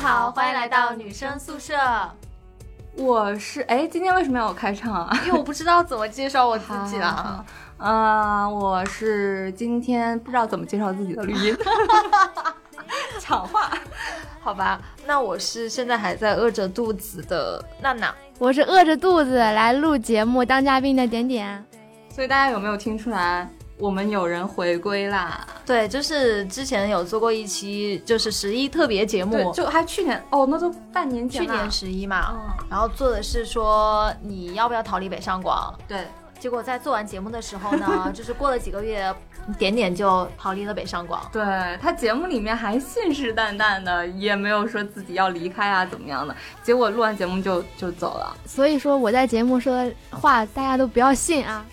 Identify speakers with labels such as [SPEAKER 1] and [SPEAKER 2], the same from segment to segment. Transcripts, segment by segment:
[SPEAKER 1] 好，欢迎来到女生宿舍。
[SPEAKER 2] 我是哎，今天为什么要我开场啊？
[SPEAKER 1] 因为我不知道怎么介绍我自己了
[SPEAKER 2] 好
[SPEAKER 1] 啊。
[SPEAKER 2] 啊、我是今天不知道怎么介绍自己的绿茵，抢话。
[SPEAKER 1] 好吧，那我是现在还在饿着肚子的娜娜。
[SPEAKER 3] 我是饿着肚子来录节目当嘉宾的点点，
[SPEAKER 2] 所以大家有没有听出来，我们有人回归啦？
[SPEAKER 1] 对，就是之前有做过一期，就是十一特别节
[SPEAKER 2] 对，
[SPEAKER 1] 目，
[SPEAKER 2] 就还去年哦，那都半年前
[SPEAKER 1] 去
[SPEAKER 2] 了。
[SPEAKER 1] 年十一嘛。
[SPEAKER 2] 嗯，
[SPEAKER 1] 然后做的是说你要不要逃离北上广？
[SPEAKER 2] 对，
[SPEAKER 1] 结果在做完节目的时候 呢，就是过了几个月，点点就逃离了北上广。
[SPEAKER 2] 对他节目里面还信誓旦旦的，也没有说自己要离开啊怎么样的，结果录完节目就就走了。
[SPEAKER 3] 所以说我在节目说的话大家都不要信啊。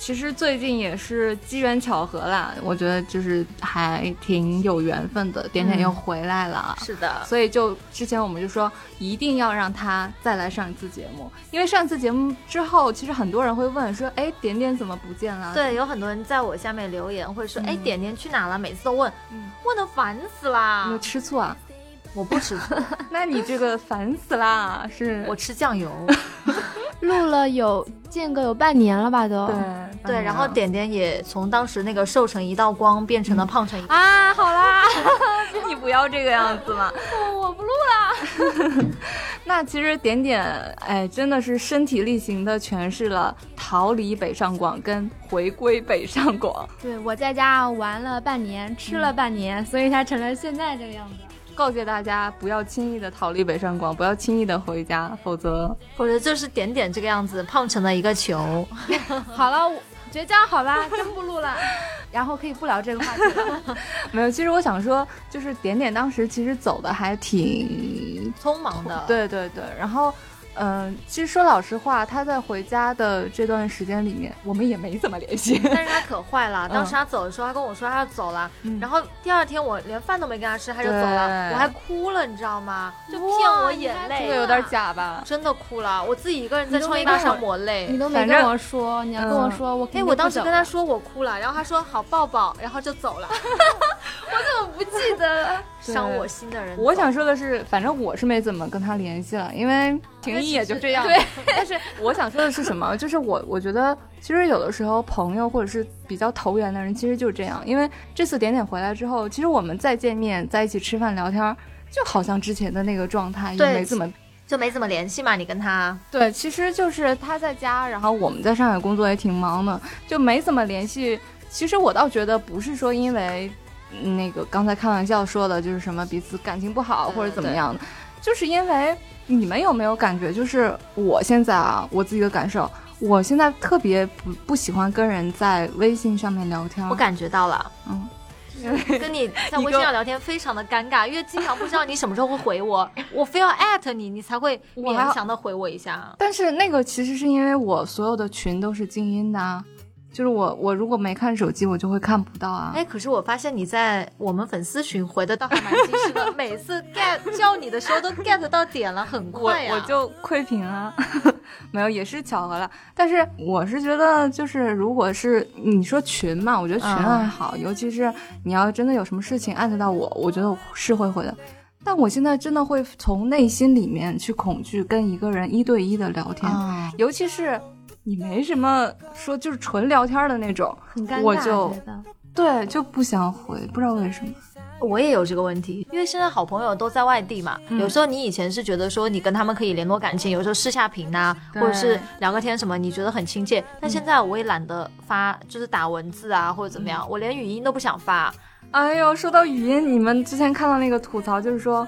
[SPEAKER 2] 其实最近也是机缘巧合啦，我觉得就是还挺有缘分的，点点又回来了。
[SPEAKER 1] 是的，
[SPEAKER 2] 所以就之前我们就说一定要让他再来上一次节目，因为上次节目之后，其实很多人会问说，哎，点点怎么不见了？，
[SPEAKER 1] 对，有很多人在我下面留言，会说：“哎、点点去哪了？”每次都问，
[SPEAKER 2] 嗯
[SPEAKER 1] 问的烦死
[SPEAKER 2] 你有
[SPEAKER 1] 啦！
[SPEAKER 2] 吃醋啊？
[SPEAKER 1] 我不 吃醋，
[SPEAKER 2] 那你这个烦死啦！是
[SPEAKER 1] 我吃酱油。
[SPEAKER 3] 录了有间隔有半年了吧都。
[SPEAKER 2] 对嗯
[SPEAKER 1] 对，然后点点也从当时那个瘦成一道光，变成了胖成一。 啊
[SPEAKER 2] 啊，好啦，你不要这个样子嘛。
[SPEAKER 3] 我不录。
[SPEAKER 2] 那其实点点，哎，真的是身体力行的诠释了逃离北上广跟回归北上广。
[SPEAKER 3] 对，我在家玩了半年，吃了半年，所以才成了现在这个样子。
[SPEAKER 2] 告诫大家不要轻易的逃离北上广，不要轻易的回家，否则
[SPEAKER 1] 或者就是点点这个样子，胖成了一个球。
[SPEAKER 3] 好了，我觉得这样好 啦，真不录了，然后可以不聊这个话题了。
[SPEAKER 2] 没有。其实我想说，就是点点当时其实走的还挺，
[SPEAKER 1] 匆忙的，，
[SPEAKER 2] 对对对。然后，嗯、其实说老实话，他在回家的这段时间里面，我们也没怎么联系。
[SPEAKER 1] 但是他可坏了。当时
[SPEAKER 2] 嗯
[SPEAKER 1] 他走的时候，他跟我说他要走了，
[SPEAKER 2] 嗯
[SPEAKER 1] 然后第二天我连饭都没跟他吃，他就走了，
[SPEAKER 2] 对
[SPEAKER 1] 我还哭了，你知道吗？就
[SPEAKER 3] 哇
[SPEAKER 1] 骗我眼
[SPEAKER 3] 你还
[SPEAKER 1] 泪，
[SPEAKER 2] 这个有点假吧？
[SPEAKER 1] 真的哭了，我自己一个人在
[SPEAKER 3] 你都
[SPEAKER 1] 创
[SPEAKER 3] 没
[SPEAKER 1] 业大
[SPEAKER 3] 跟我
[SPEAKER 1] 上抹 泪。
[SPEAKER 3] 你都没
[SPEAKER 2] 反
[SPEAKER 3] 跟
[SPEAKER 2] 正
[SPEAKER 3] 我说，你要跟
[SPEAKER 2] 嗯
[SPEAKER 3] 我说，我肯
[SPEAKER 1] 哎，
[SPEAKER 3] 定
[SPEAKER 1] 我
[SPEAKER 3] 不
[SPEAKER 1] 当时
[SPEAKER 3] 走
[SPEAKER 1] 跟他
[SPEAKER 3] 了
[SPEAKER 1] 说我哭了，然后他说好抱抱，然后就走了。 我怎么不记得 伤我心的人？
[SPEAKER 2] 我想说的是，反正我是没怎么跟他联系了，因为 情谊也就 这样。
[SPEAKER 1] 对，
[SPEAKER 2] 但是我想说的是什么？就是我我觉得，其实有的时候朋友或者是比较投缘的人，其实就是这样。因为这次点点回来之后，其实我们再见面，在一起吃饭聊天儿，就好像之前的那个状态也
[SPEAKER 1] 对
[SPEAKER 2] 没怎么
[SPEAKER 1] 就没怎么联系嘛，你跟他。
[SPEAKER 2] 对，其实就是他在家，然后我们在上海工作也挺忙的，就没怎么联系。其实我倒觉得不是说因为嗯那个刚才开玩笑说的，就是什么彼此感情不好
[SPEAKER 1] 嗯
[SPEAKER 2] 或者怎么样的，就是因为你们有没有感觉，就是我现在啊，我自己的感受，我现在特别不不喜欢跟人在微信上面聊天儿。
[SPEAKER 1] 我感觉到了，
[SPEAKER 2] 嗯
[SPEAKER 1] 就是跟 你在
[SPEAKER 2] 你
[SPEAKER 1] 微
[SPEAKER 2] 跟
[SPEAKER 1] 信上聊天非常的尴尬，因为经常不知道你什么时候会回我，我非要艾特你，你才会
[SPEAKER 2] 我
[SPEAKER 1] 勉
[SPEAKER 2] 还
[SPEAKER 1] 强的回我一下。啊
[SPEAKER 2] 但是那个其实是因为我所有的群都是静音的、啊，就是我我如果没看手机，我就会看不到啊。
[SPEAKER 1] 哎，可是我发现你在我们粉丝群回的倒还蛮及时 的，每次 get 叫你的时候都 get 到点了，很
[SPEAKER 2] 我
[SPEAKER 1] 快呀、
[SPEAKER 2] 我就窥屏啊， 没有也是巧合了。但是我是觉得，就是如果是你说群嘛，我觉得群还好，尤其是你要真的有什么事情艾特到我，我觉得我是会回的。但我现在真的会从内心里面去恐惧跟一个人一对一的聊天，
[SPEAKER 1] 啊，
[SPEAKER 2] 尤其是你没什么说就是纯聊天的那种，
[SPEAKER 3] 很尴尬，
[SPEAKER 2] 我就
[SPEAKER 3] 觉得
[SPEAKER 2] 对，就不想回，不知道为什么。
[SPEAKER 1] 我也有这个问题，因为现在好朋友都在外地嘛，
[SPEAKER 2] 嗯
[SPEAKER 1] 有时候你以前是觉得说你跟他们可以联络感情，有时候视下频呐、
[SPEAKER 2] 对
[SPEAKER 1] 或者是聊个天什么，你觉得很亲切。但现在我也懒得发，就是打文字啊或者怎么样，我连语音都不想发。
[SPEAKER 2] 哎呦，说到语音，你们之前看到那个吐槽，就是说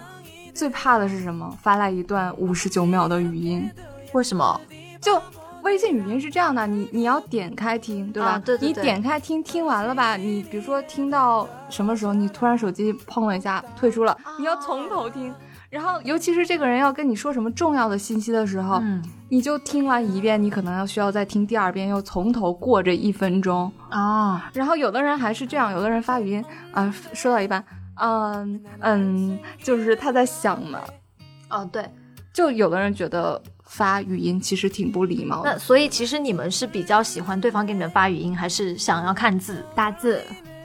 [SPEAKER 2] 最怕的是什么？发来一段五十九秒的语音，
[SPEAKER 1] 为什么？
[SPEAKER 2] 就。微信语音是这样的，你你要点开听，对吧？
[SPEAKER 1] 啊对对对
[SPEAKER 2] 你点开听，听完了吧？你比如说听到什么时候，你突然手机碰了一下，退出了，
[SPEAKER 1] 啊
[SPEAKER 2] 你要从头听。然后，尤其是这个人要跟你说什么重要的信息的时候，
[SPEAKER 1] 嗯
[SPEAKER 2] 你就听完一遍，你可能要需要再听第二遍，又从头过这一分钟。
[SPEAKER 1] 啊，
[SPEAKER 2] 然后有的人还是这样，有的人发语音啊、说到一半，嗯嗯，就是他在想嘛。
[SPEAKER 1] 哦对，
[SPEAKER 2] 就有的人觉得发语音其实挺不礼貌
[SPEAKER 1] 那
[SPEAKER 2] 的，
[SPEAKER 1] 所以其实你们是比较喜欢对方给你们发语音，还是想要看字？
[SPEAKER 3] 打字。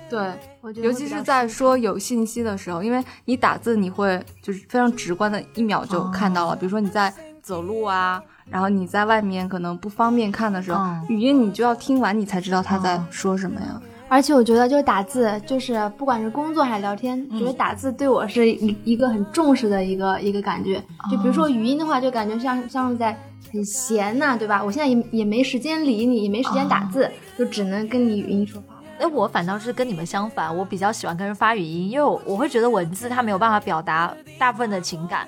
[SPEAKER 2] 对，
[SPEAKER 3] 我觉得
[SPEAKER 2] 尤
[SPEAKER 3] 会
[SPEAKER 2] 其
[SPEAKER 3] 比较
[SPEAKER 2] 是在说有信息的时候，因为你打字你会就是非常直观的，一秒就看到了。比如说你在走路啊，然后你在外面可能不方便看的时候，
[SPEAKER 1] 嗯
[SPEAKER 2] 语音你就要听完你才知道他在说什么呀。
[SPEAKER 4] 而且我觉得，就是打字，就是不管是工作还是聊天，觉得打字对我是一一个很重视的一个一个感觉。就比如说语音的话，就感觉像像是在很闲呐、对吧？我现在也也没时间理你，也没时间打字，就只能跟你语音说话。
[SPEAKER 1] 哎，我反倒是跟你们相反，我比较喜欢跟人发语音，因为我我会觉得文字它没有办法表达大部分的情感，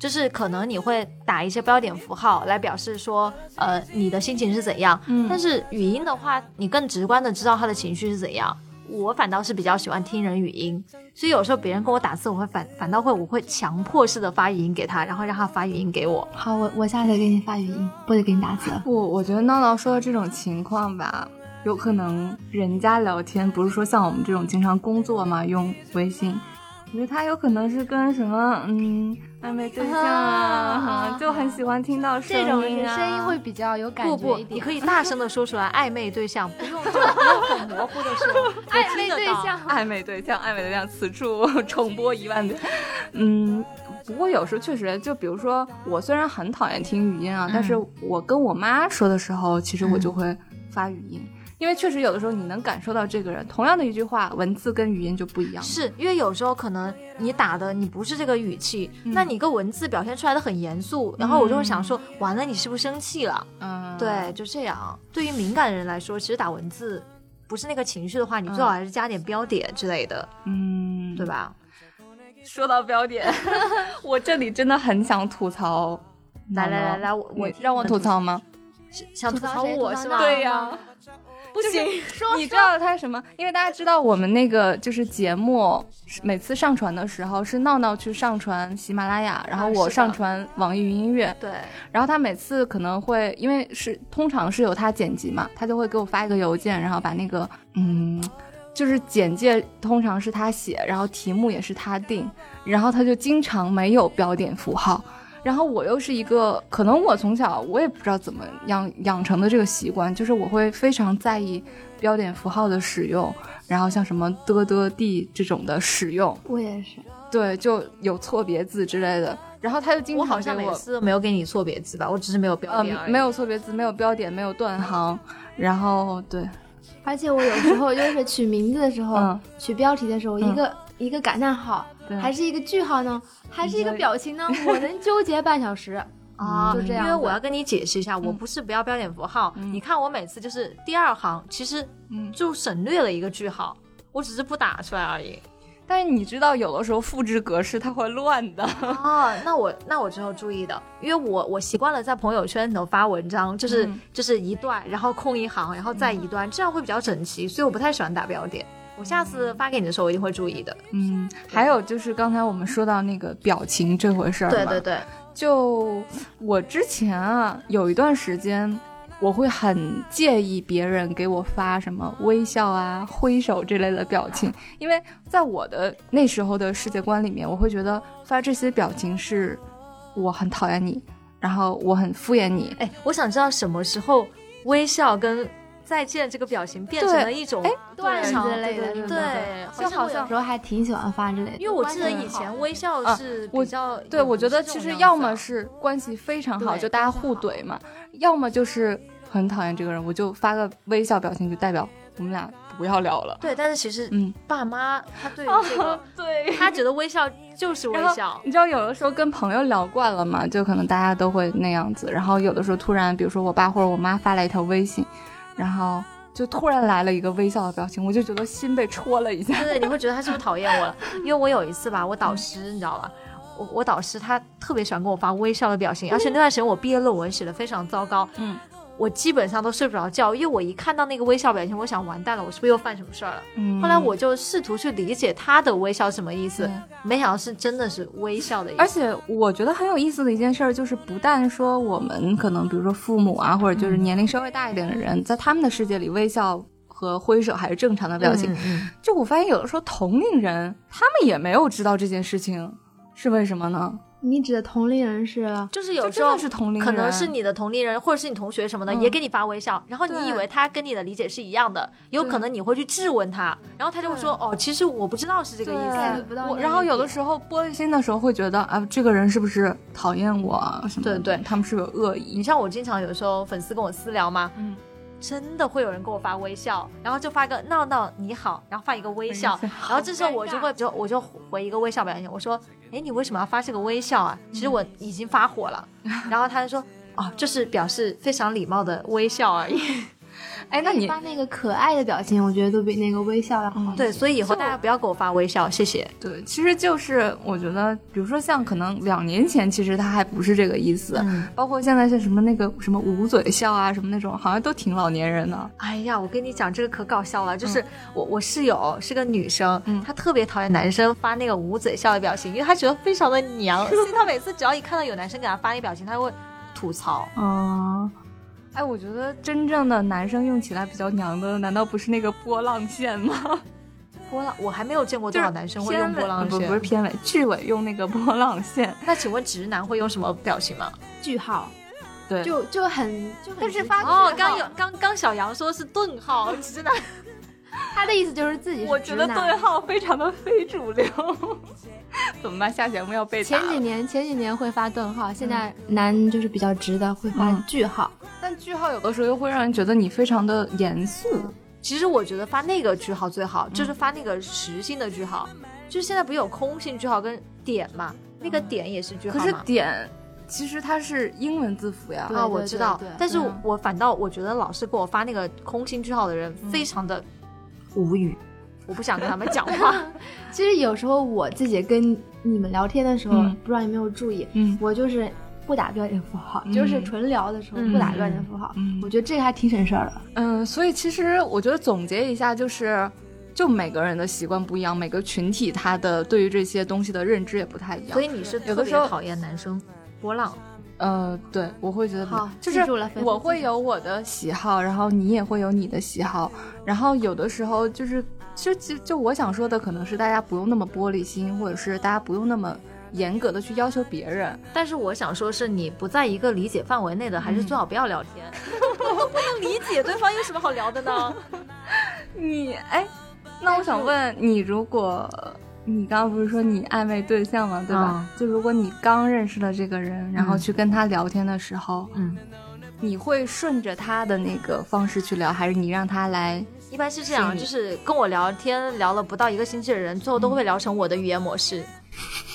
[SPEAKER 1] 就是可能你会打一些标点符号来表示说，呃，你的心情是怎样，
[SPEAKER 3] 嗯
[SPEAKER 1] 但是语音的话，你更直观的知道他的情绪是怎样。我反倒是比较喜欢听人语音，所以有时候别人跟我打字，我会反反倒会我会强迫式的发语音给他，然后让他发语音给我。
[SPEAKER 4] 好，我我下次给你发语音，不得给你打字了。
[SPEAKER 2] 不，我觉得闹闹说的这种情况吧，有可能人家聊天不是说像我们这种经常工作嘛，用微信。我觉得他有可能是跟什么嗯暧昧对象啊，
[SPEAKER 3] 啊
[SPEAKER 2] 就很喜欢听到声
[SPEAKER 3] 这
[SPEAKER 2] 音、
[SPEAKER 3] 种
[SPEAKER 2] 啊、
[SPEAKER 3] 是声音会比较有感
[SPEAKER 1] 不
[SPEAKER 3] 觉
[SPEAKER 1] 不
[SPEAKER 3] 一，点。
[SPEAKER 1] 你可以大声的说出来， 暧昧对象不用就不用很模糊的 说，我
[SPEAKER 3] 暧昧
[SPEAKER 1] 听得
[SPEAKER 3] 对
[SPEAKER 1] 到
[SPEAKER 3] 象，
[SPEAKER 2] 暧昧对象，暧昧对象，此处重播一万遍。嗯，不过有时候确实，就比如说我虽然很讨厌听语音
[SPEAKER 1] 嗯
[SPEAKER 2] 啊，但是我跟我妈说的时候，其实我就会发语音，因为确实有的时候你能感受到这个人，同样的一句话，文字跟语音就不一样了。
[SPEAKER 1] 是因为有时候可能你打的你不是这个语气，那你一个文字表现出来的很严肃，然后我就会想说，完了你是不是生气了？
[SPEAKER 2] 嗯，
[SPEAKER 1] 对，就这样。对于敏感的人来说，其实打文字不是那个情绪的话，你最好还是加点标点之类的，
[SPEAKER 2] 嗯，
[SPEAKER 1] 对？吧？
[SPEAKER 2] 说到标 点，我这里真的很想吐槽。
[SPEAKER 1] 来来来来，我
[SPEAKER 2] 我
[SPEAKER 1] 我听
[SPEAKER 2] 让我
[SPEAKER 1] 你们啊
[SPEAKER 2] 吐，槽吗？
[SPEAKER 1] 想吐槽
[SPEAKER 4] 谁
[SPEAKER 1] 我
[SPEAKER 4] 吐槽
[SPEAKER 1] 是
[SPEAKER 4] 哪
[SPEAKER 1] 吗？
[SPEAKER 4] 儿
[SPEAKER 2] 对呀、不行，你知道他什么？因为大家知道我们那个就是节目，每次上传的时候是闹闹去上传喜马拉雅，然后
[SPEAKER 1] 啊是
[SPEAKER 2] 我
[SPEAKER 1] 的
[SPEAKER 2] 上传网易云音乐，
[SPEAKER 1] 对，
[SPEAKER 2] 然后他每次可能会因为是通常是有他剪辑嘛，他就会给我发一个邮件，然后把那个嗯。就是简介通常是他写，然后题目也是他定，然后他就经常没有标点符号，然后我又是一个，可能我从小我也不知道怎么样养成的这个习惯，就是我会非常在意标点符号的使用，然后像什么的的地这种的使用，
[SPEAKER 4] 我也是，
[SPEAKER 2] 对，就有错别字之类的，然后他就经
[SPEAKER 1] 我
[SPEAKER 2] 常
[SPEAKER 1] 好像
[SPEAKER 2] 给
[SPEAKER 1] 每
[SPEAKER 2] 我
[SPEAKER 1] 次都没有给你错别字吧，我只是没有标
[SPEAKER 2] 呃
[SPEAKER 1] 点而已。
[SPEAKER 2] 没有错别字，没有标点，没有断行，然后对，
[SPEAKER 4] 而且我有时候就是取名字的时候，
[SPEAKER 2] 嗯
[SPEAKER 4] 取标题的时候，一个一个感叹号
[SPEAKER 2] 对，
[SPEAKER 4] 还是一个句号呢，还是一个表情呢，我能纠结半小时。
[SPEAKER 1] 啊，
[SPEAKER 4] 就这样
[SPEAKER 1] 因为我
[SPEAKER 4] 子
[SPEAKER 1] 要跟你解释一下，我不是不要标点符号，你看我每次就是第二行，其实
[SPEAKER 2] 嗯
[SPEAKER 1] 就省略了一个句号，我只是不打出来而已。
[SPEAKER 2] 但是你知道，有的时候复制格式它会乱的，
[SPEAKER 1] 哦，那我那我之后注意的，因为我我习惯了在朋友圈里头发文章，就是、
[SPEAKER 2] 嗯
[SPEAKER 1] 就是一段，然后空一行，然后再一段，这样会比较整齐，所以我不太喜欢打标点。我下次发给你的时候，我一定会注意的。
[SPEAKER 2] 嗯，还有就是刚才我们说到那个表情这回事儿嘛，
[SPEAKER 1] 对对对，
[SPEAKER 2] 就我之前啊，有一段时间，我会很介意别人给我发什么微笑啊、挥手这类的表情，因为在我的那时候的世界观里面，我会觉得发这些表情是我很讨厌你，然后我很敷衍你。
[SPEAKER 1] 哎，我想知道什么时候微笑跟再见这个表情变成
[SPEAKER 2] 对
[SPEAKER 1] 了一种
[SPEAKER 2] 哎
[SPEAKER 4] 段
[SPEAKER 1] 对
[SPEAKER 4] 子类的
[SPEAKER 1] 对对
[SPEAKER 4] 是吗
[SPEAKER 1] 对，
[SPEAKER 4] 就好像有时候还挺喜欢发之类的，
[SPEAKER 1] 因为我记得以
[SPEAKER 4] 关系很好
[SPEAKER 1] 前微笑
[SPEAKER 2] 啊
[SPEAKER 1] 是
[SPEAKER 2] 我
[SPEAKER 1] 比较有这种样子啊、
[SPEAKER 2] 对，我觉得其实要么是关系非常好，
[SPEAKER 1] 啊对
[SPEAKER 2] 就大家互怼嘛；要么就是很讨厌这个人，我就发个微笑表情，就代表我们俩不要聊了。
[SPEAKER 1] 对，但是其实
[SPEAKER 2] 嗯，
[SPEAKER 1] 爸妈他对于这 个，
[SPEAKER 2] 对。
[SPEAKER 1] 他觉得微笑就是微
[SPEAKER 2] 然后
[SPEAKER 1] 笑，
[SPEAKER 2] 你知道有的时候跟朋友聊惯了嘛，就可能大家都会那样子。然后有的时候突然，比如说我爸或者我妈发来一条微信，然后就突然来了一个微笑的表情，我就觉得心被戳了一下。
[SPEAKER 1] 对对，你会觉得他是不是讨厌我了？因为我有一次吧，我导师你知道吧，我我导师他特别喜欢给我发微笑的表情，而且那段时间我毕业论文写的非常糟糕，
[SPEAKER 2] 嗯，
[SPEAKER 1] 我基本上都睡不着觉，因为我一看到那个微笑表情，我想完蛋了，我是不是又犯什么事儿了？
[SPEAKER 2] 嗯
[SPEAKER 1] 后来我就试图去理解他的微笑什么意思
[SPEAKER 4] 嗯
[SPEAKER 2] 对，
[SPEAKER 1] 没想到是真的是微笑的意思，
[SPEAKER 2] 而且我觉得很有意思的一件事儿，就是不但说我们可能比如说父母啊，或者
[SPEAKER 4] 嗯
[SPEAKER 2] 就是年龄稍微大一点的人，在他们的世界里微笑。和挥手还是正常的表情，
[SPEAKER 1] 嗯嗯
[SPEAKER 2] 就我发现有的时候同龄人他们也没有知道这件事情是为什么呢？
[SPEAKER 4] 你指的同龄人是？
[SPEAKER 1] 就是有
[SPEAKER 2] 这
[SPEAKER 1] 时
[SPEAKER 2] 真
[SPEAKER 1] 候
[SPEAKER 2] 的是同龄人，嗯
[SPEAKER 1] 可能是你的同龄人或者是你同学什么的，也给你发微笑，然后你
[SPEAKER 2] 对
[SPEAKER 1] 以为他跟你的理解是一样的，有可能你会去质问他，然后他就会说哦，其实我不知道是这个意
[SPEAKER 2] 对
[SPEAKER 1] 思。
[SPEAKER 4] 觉不到
[SPEAKER 2] 我
[SPEAKER 4] 那
[SPEAKER 2] 然后
[SPEAKER 4] 一
[SPEAKER 2] 有的
[SPEAKER 4] 点
[SPEAKER 2] 时候玻璃心的时候会觉得啊，这个人是不是讨厌我啊什么的？
[SPEAKER 1] 对对
[SPEAKER 2] 他们是不是有恶意
[SPEAKER 1] 你。像我经常有时候粉丝跟我私聊嘛，
[SPEAKER 2] 嗯
[SPEAKER 1] 真的会有人给我发微笑，然后就发个闹闹你好，然后发一个微笑，
[SPEAKER 2] 微
[SPEAKER 1] 然后这时候我就会就我就回一个微笑表情，我说，哎，你为什么要发这个微笑啊？其实我
[SPEAKER 2] 嗯
[SPEAKER 1] 已经发火 了，然后他就说，哦，就是表示非常礼貌的微笑而已。
[SPEAKER 2] 哎，那你
[SPEAKER 4] 发那个可爱的表情，我觉得都比那个微笑要好。
[SPEAKER 1] 对，所以以后大家不要给我发微笑，谢谢。
[SPEAKER 2] 对，其实就是我觉得，比如说像可能两年前，其实他还不是这个意思，
[SPEAKER 1] 嗯
[SPEAKER 2] 包括现在像什么那个什么捂嘴笑啊，什么那种，好像都挺老年人的。
[SPEAKER 1] 哎呀，我跟你讲，这个可搞笑
[SPEAKER 2] 嗯
[SPEAKER 1] 了。就是我、我室友是个女生，她特别讨厌男生发那个捂嘴笑的表情，因为她觉得非常的娘。 所以她每次只要一看到有男生给她发那表情，她就会吐槽。哦
[SPEAKER 2] 嗯，哎，我觉得真正的男生用起来比较娘的，难道不是那个波浪线吗？
[SPEAKER 1] 波浪，我还没有见过
[SPEAKER 2] 就
[SPEAKER 1] 多
[SPEAKER 2] 是
[SPEAKER 1] 少男生会用
[SPEAKER 2] 片尾
[SPEAKER 1] 波浪
[SPEAKER 2] 不
[SPEAKER 1] 线。
[SPEAKER 2] 不是片尾，剧尾用那个波浪线。
[SPEAKER 1] 那请问直男会用什么表情 吗？
[SPEAKER 4] 句号
[SPEAKER 2] 对，
[SPEAKER 4] 就就很就很
[SPEAKER 3] 但是
[SPEAKER 4] 直
[SPEAKER 3] 发
[SPEAKER 4] 接
[SPEAKER 1] 哦，刚有刚刚小杨说是顿 号，直男。
[SPEAKER 4] 他的意思就是自己是
[SPEAKER 2] 我觉
[SPEAKER 4] 直
[SPEAKER 2] 得
[SPEAKER 4] 男
[SPEAKER 2] 对号非常的非主流， 怎么办？下节目要被打
[SPEAKER 4] 前几
[SPEAKER 2] 了。
[SPEAKER 4] 年前几年会发顿号，现在男就是比较直的会发
[SPEAKER 2] 嗯
[SPEAKER 4] 句号。
[SPEAKER 2] 但句号有的时候又会让人觉得你非常的严肃。
[SPEAKER 1] 其实我觉得发那个句号最
[SPEAKER 2] 嗯
[SPEAKER 1] 好，就是发那个实心的句号。就是现在不是有空性句号跟点嘛？那个点也是句号
[SPEAKER 2] 可
[SPEAKER 1] 吗？
[SPEAKER 2] 是点，其实它是英文字符呀
[SPEAKER 4] 对。
[SPEAKER 1] 啊，我知道
[SPEAKER 4] 对对，
[SPEAKER 1] 但是
[SPEAKER 2] 嗯
[SPEAKER 1] 我反倒我觉得老是给我发那个空心句号的人非常的无语，我不想跟他们讲话。
[SPEAKER 4] 其实有时候我自己跟你们聊天的时候，
[SPEAKER 2] 嗯
[SPEAKER 4] 不知道有没有注意，
[SPEAKER 2] 嗯
[SPEAKER 4] 我就是不打标点符号，
[SPEAKER 2] 嗯
[SPEAKER 4] 就是纯聊的时候不打标点符号。
[SPEAKER 2] 嗯
[SPEAKER 4] 我觉得这个还挺省事儿的。
[SPEAKER 2] 嗯，所以其实我觉得总结一下就是。就每个人的习惯不一样，每个群体他的对于这些东西的认知也不太一样。
[SPEAKER 1] 所以你是
[SPEAKER 2] 有
[SPEAKER 1] 特
[SPEAKER 2] 的
[SPEAKER 1] 别
[SPEAKER 2] 时候
[SPEAKER 1] 讨厌男生波浪，
[SPEAKER 2] 呃，对，我会觉得
[SPEAKER 4] 好
[SPEAKER 2] 就是
[SPEAKER 4] 记住了粉丝
[SPEAKER 2] 我会有我的喜好，然后你也会有你的喜好，然后有的时候就是，就就就我想说的，可能是大家不用那么玻璃心，或者是大家不用那么严格的去要求别人。
[SPEAKER 1] 但是我想说是你不在一个理解范围内的，还是最好不要聊 天。都嗯不能理解对方有什么好聊的呢？
[SPEAKER 2] 你哎，那我想问你，如果你刚刚不是说你暧昧对象嘛，对吧？就如果你刚认识了这个人，然后
[SPEAKER 1] 啊嗯
[SPEAKER 2] 去跟他聊天的时候，
[SPEAKER 1] 嗯，
[SPEAKER 2] 你会顺着他的那个方式去聊，还是你让他来？
[SPEAKER 1] 一般是这样，
[SPEAKER 2] 心里
[SPEAKER 1] 就是跟我聊天聊了不到一个星期的人，最后都会聊成我的语言模 式。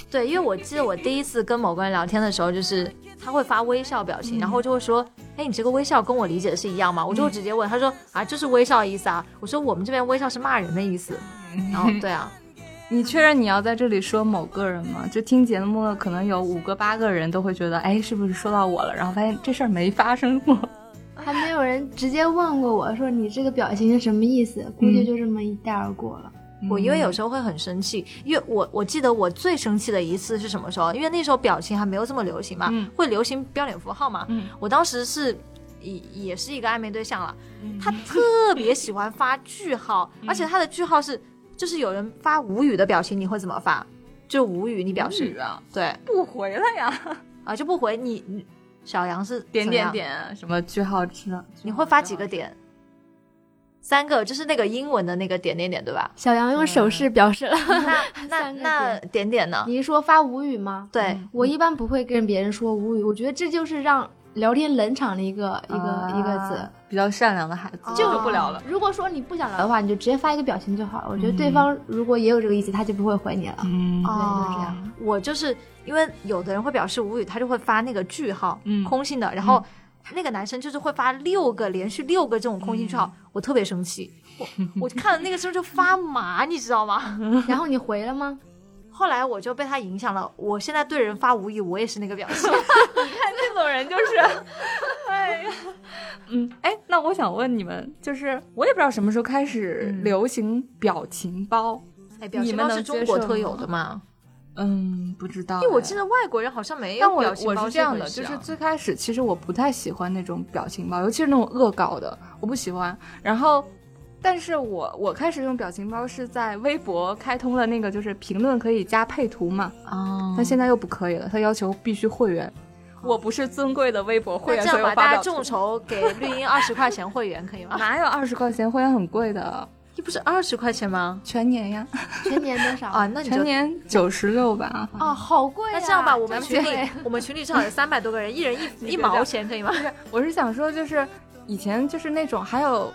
[SPEAKER 1] 对，因为我记得我第一次跟某个人聊天的时候，就是他会发微笑表情，
[SPEAKER 2] 嗯
[SPEAKER 1] 然后就会说：“哎，你这个微笑跟我理解的是一样吗？”我就会直接问，他说：“啊，就是微笑的意思啊。”我说：“我们这边微笑是骂人的意思。”
[SPEAKER 2] 嗯
[SPEAKER 1] 然后对啊，
[SPEAKER 2] 你确认你要在这里说某个人吗？就听节目的可能有五个八个人都会觉得，哎，是不是说到我了？然后发现这事儿没发生过。
[SPEAKER 4] 还没有人直接问过我说你这个表情是什么意思，估计就这么一带而过了。？
[SPEAKER 1] 我因为
[SPEAKER 2] 嗯
[SPEAKER 1] 有时候会很生气，因为我我记得我最生气的一次是什么时候？因为那时候表情还没有这么流行嘛，
[SPEAKER 2] 嗯
[SPEAKER 1] 会流行标点符号嘛。
[SPEAKER 2] 嗯
[SPEAKER 1] 我当时是也也是一个暧昧对象了，
[SPEAKER 2] 嗯
[SPEAKER 1] 他特别喜欢发句号，而且他的句号是就是有人发无语的表情，你会怎么发？就无语，你表示
[SPEAKER 2] 啊，
[SPEAKER 1] 对
[SPEAKER 2] 不回了呀，
[SPEAKER 1] 啊就不回你。你小杨是
[SPEAKER 2] 点
[SPEAKER 1] 怎么
[SPEAKER 2] 点
[SPEAKER 1] 样，
[SPEAKER 2] 点，什么句号之类。
[SPEAKER 1] 你会发几个点？三个，就是那个英文的那个点点点，对吧
[SPEAKER 4] 小杨用手势表示了。
[SPEAKER 1] 那那
[SPEAKER 4] 三个
[SPEAKER 1] 那点点呢？
[SPEAKER 2] 嗯
[SPEAKER 4] 你是说发无语吗？
[SPEAKER 1] 对，
[SPEAKER 4] 我一般不会跟别人说无语，我觉得这就是让聊天冷场的一个一个、一个
[SPEAKER 2] 啊
[SPEAKER 4] 词。
[SPEAKER 2] 比较善良的孩子，哦
[SPEAKER 1] 就
[SPEAKER 2] 我不聊了。
[SPEAKER 4] 如果说你不想聊的话，你就直接发一个表情就好了。我觉得对方如果也有这个意思，他就不会回你了。
[SPEAKER 2] 嗯
[SPEAKER 4] 对就是这
[SPEAKER 1] 哦，我就是因为有的人会表示无语，他就会发那个句号，
[SPEAKER 2] 嗯
[SPEAKER 1] 空心的，然后那个男生就是会发六个连续六个这种空心句号，我特别生气，我我看了那个时候就发麻，你知道吗？
[SPEAKER 4] 然后你回了吗？
[SPEAKER 1] 后来我就被他影响了，我现在对人发无语，我也是那个表情。
[SPEAKER 2] 这种 人就是，哎呀，嗯，哎，那我想问你们，就是我也不知道什么时候开始
[SPEAKER 1] 嗯
[SPEAKER 2] 流行表情包，
[SPEAKER 1] 哎，表
[SPEAKER 2] 你
[SPEAKER 1] 情
[SPEAKER 2] 们
[SPEAKER 1] 包
[SPEAKER 2] 能
[SPEAKER 1] 是中
[SPEAKER 2] 接
[SPEAKER 1] 国
[SPEAKER 2] 受
[SPEAKER 1] 特有
[SPEAKER 2] 吗
[SPEAKER 1] 的嘛？
[SPEAKER 2] 嗯，不知道。
[SPEAKER 1] 因为我
[SPEAKER 2] 哎
[SPEAKER 1] 记得外国人好像没有
[SPEAKER 2] 但我
[SPEAKER 1] 表情
[SPEAKER 2] 我
[SPEAKER 1] 包
[SPEAKER 2] 是这样的，
[SPEAKER 1] 回事
[SPEAKER 2] 就是
[SPEAKER 1] 啊
[SPEAKER 2] 最开始其实我不太喜欢那种表情包，尤其是那种恶搞的，我不喜欢。然后但是我我开始用表情包是在微博开通了那个，就是评论可以加配图嘛，
[SPEAKER 1] 哦
[SPEAKER 2] 但现在又不可以了，它要求必须会员。我不是尊贵的微博
[SPEAKER 1] 那
[SPEAKER 2] 会员，
[SPEAKER 1] 这
[SPEAKER 2] 所
[SPEAKER 1] 样
[SPEAKER 2] 以
[SPEAKER 1] 吧，
[SPEAKER 2] 我
[SPEAKER 1] 大家
[SPEAKER 2] 发不了
[SPEAKER 1] 众筹给绿茵二十块钱会员可以吗？
[SPEAKER 2] 哪有二十块钱会员很贵的？
[SPEAKER 1] 这不是二十块钱吗？
[SPEAKER 2] 全年呀，
[SPEAKER 4] 全年多少
[SPEAKER 1] 啊，？那你就
[SPEAKER 2] 全年九十六吧。
[SPEAKER 3] 哦，好贵、
[SPEAKER 1] 那
[SPEAKER 3] 啊！
[SPEAKER 1] 这样吧，我们
[SPEAKER 3] 真
[SPEAKER 1] 群
[SPEAKER 3] 贵
[SPEAKER 1] 里我们群里正好有三百多个人，一人 一
[SPEAKER 2] 你
[SPEAKER 1] 一
[SPEAKER 2] 就这样
[SPEAKER 1] 毛钱可以吗？
[SPEAKER 2] 我是想说，就是以前就是那种还有。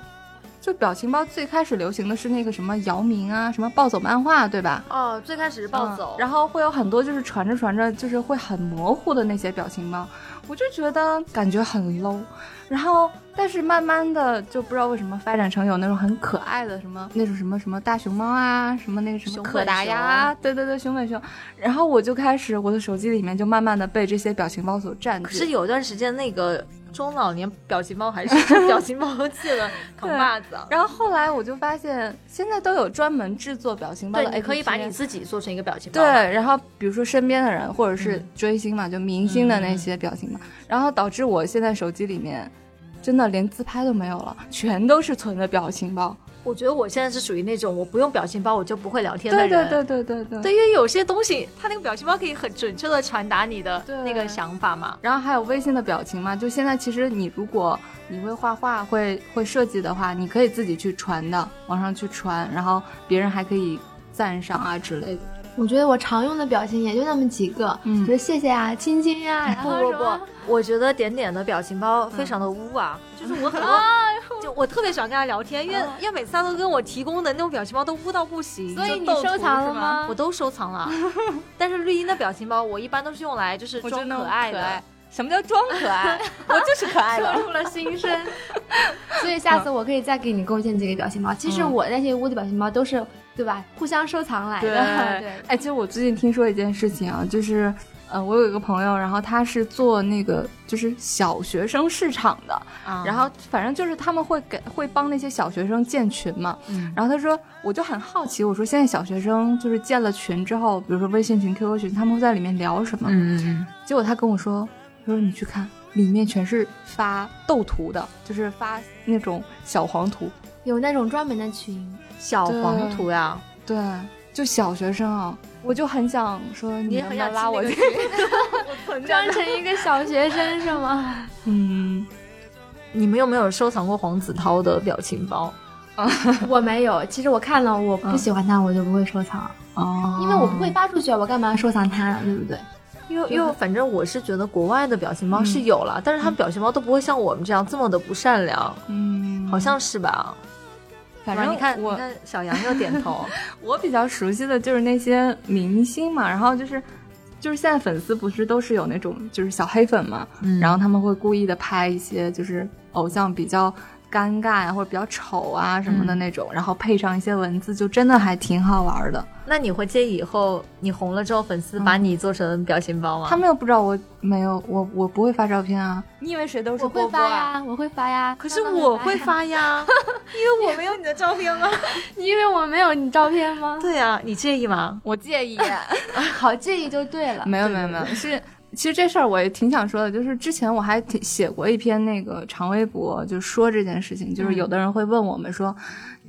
[SPEAKER 2] 就表情包最开始流行的是那个什么姚明啊，什么暴走漫画，对吧？
[SPEAKER 1] 哦，最开始是暴走，
[SPEAKER 2] 嗯然后会有很多就是传着传着就是会很模糊的那些表情包，我就觉得感觉很 low。然后，但是慢慢的就不知道为什么发展成有那种很可爱的什么那种什么什么大熊猫啊，什么那个什么
[SPEAKER 1] 熊
[SPEAKER 2] 可
[SPEAKER 1] 本
[SPEAKER 2] 达鸭啊，对对对，熊本熊。然后我就开始我的手机里面就慢慢的被这些表情包所占据。
[SPEAKER 1] 可是有段时间那个中老年表情包还是 表情包界 了扛把子啊。
[SPEAKER 2] 然后后来我就发现，现在都有专门制作表情包的
[SPEAKER 1] 对，
[SPEAKER 2] APP，
[SPEAKER 1] 你哎可以把你自己做成一个表情包。
[SPEAKER 2] 对，，然后比如说身边的人或者是追星嘛，就明星的那些表情嘛，然后导致我现在手机里面真的连自拍都没有了，全都是存的表情包。
[SPEAKER 1] 我觉得我现在是属于那种我不用表情包我就不会聊天的
[SPEAKER 2] 对
[SPEAKER 1] 人。
[SPEAKER 2] 对对对对对。
[SPEAKER 1] 对，因为有些东西，它那个表情包可以很准确的传达你的
[SPEAKER 2] 对
[SPEAKER 1] 那个想法嘛。
[SPEAKER 2] 然后还有微信的表情嘛，就现在其实你如果你会画画、会会设计的话，你可以自己去传的，网上去传，然后别人还可以赞赏啊之类的。
[SPEAKER 4] 我觉得我常用的表情也就那么几个，
[SPEAKER 2] 嗯
[SPEAKER 4] 觉得谢谢啊，亲亲呀、然
[SPEAKER 1] 不
[SPEAKER 4] 后
[SPEAKER 1] 不
[SPEAKER 4] 什么
[SPEAKER 1] 不，我觉得点点的表情包非常的污啊，就是我很多，就我特别喜欢跟他聊天，因为因为每次他都跟我提供的那种表情包都污到不行，
[SPEAKER 3] 所以
[SPEAKER 1] 就
[SPEAKER 3] 你
[SPEAKER 1] 斗
[SPEAKER 3] 收
[SPEAKER 1] 图
[SPEAKER 3] 藏
[SPEAKER 1] 是
[SPEAKER 3] 了吗
[SPEAKER 1] 我都收藏了，但是绿茵的表情包我一般都是用来就是装可爱的。。
[SPEAKER 2] 什么叫装可爱？我就是可爱
[SPEAKER 3] 说出了心声。
[SPEAKER 4] 所以下次我可以再给你构建几个表情包。其实
[SPEAKER 2] 嗯
[SPEAKER 4] 我那些污的表情包都是，对吧？互相收藏来
[SPEAKER 2] 对
[SPEAKER 4] 的。
[SPEAKER 2] 哎，其实我最近听说一件事情啊，就是，呃，我有一个朋友，然后他是做那个就是小学生市场的，然
[SPEAKER 1] 嗯 然后
[SPEAKER 2] 后反正就是他们会给会帮那些小学生建群嘛。
[SPEAKER 1] 嗯
[SPEAKER 2] 然后他说，我就很好奇，我说现在小学生就是建了群之后，比如说微信群、QQ 群，他们会在里面聊什么？
[SPEAKER 1] 嗯，
[SPEAKER 2] 结果他跟我说，他说你去看，里面全是发斗图的，就是发那种小黄图。
[SPEAKER 4] 有那种专门的群，
[SPEAKER 1] 小黄
[SPEAKER 2] 黄
[SPEAKER 1] 图
[SPEAKER 2] 图
[SPEAKER 1] 呀，
[SPEAKER 2] 对，就小学生啊，我就很想说，你
[SPEAKER 1] 也很
[SPEAKER 2] 能不
[SPEAKER 1] 想
[SPEAKER 2] 能拉我
[SPEAKER 1] 进
[SPEAKER 2] 进
[SPEAKER 1] 那
[SPEAKER 2] 去
[SPEAKER 1] 个？
[SPEAKER 4] 装成一个小学生是吗？
[SPEAKER 2] 嗯，
[SPEAKER 1] 你们有没有收藏过黄子韬的表情包？
[SPEAKER 4] 我没有，其实我看了，我不喜欢他，我就不会收藏，
[SPEAKER 2] 哦
[SPEAKER 4] 因为我不会发出去，啊我干嘛收藏它呢？对不对？
[SPEAKER 1] 因为因为反正我是觉得国外的表情包是有了，但是他们表情包都不会像我们这样这么的不善良，
[SPEAKER 2] 嗯，
[SPEAKER 1] 好像是吧？
[SPEAKER 2] 反
[SPEAKER 1] 是吧
[SPEAKER 2] 正
[SPEAKER 1] 你看，
[SPEAKER 2] 我
[SPEAKER 1] 你看小杨又点 头，
[SPEAKER 2] 我比较熟悉的就是那些明星嘛，然后就是就是现在粉丝不是都是有那种就是小黑粉嘛，
[SPEAKER 1] 嗯
[SPEAKER 2] 然后他们会故意的拍一些就是偶像比较尴尬呀、或者比较丑啊什么的那种，然后配上一些文字，就真的还挺好玩的。
[SPEAKER 1] 那你会介意以后你红了之后粉丝把你做成表情包吗？
[SPEAKER 2] 他们又不知道我没有我我不会发照片啊，你以为谁都
[SPEAKER 4] 我会发？呀，我会发呀。
[SPEAKER 1] 可是我会发 呀，因为我没有你的照片啊。
[SPEAKER 4] 你以为我没有你照片吗？
[SPEAKER 1] 对呀、你介意吗？
[SPEAKER 2] 我介意。
[SPEAKER 4] 好介意就对了。
[SPEAKER 2] 没有没有没有， 是其实这事儿我也挺想说的，就是之前我还挺写过一篇那个长微博，就说这件事情，就是有的人会问我们说，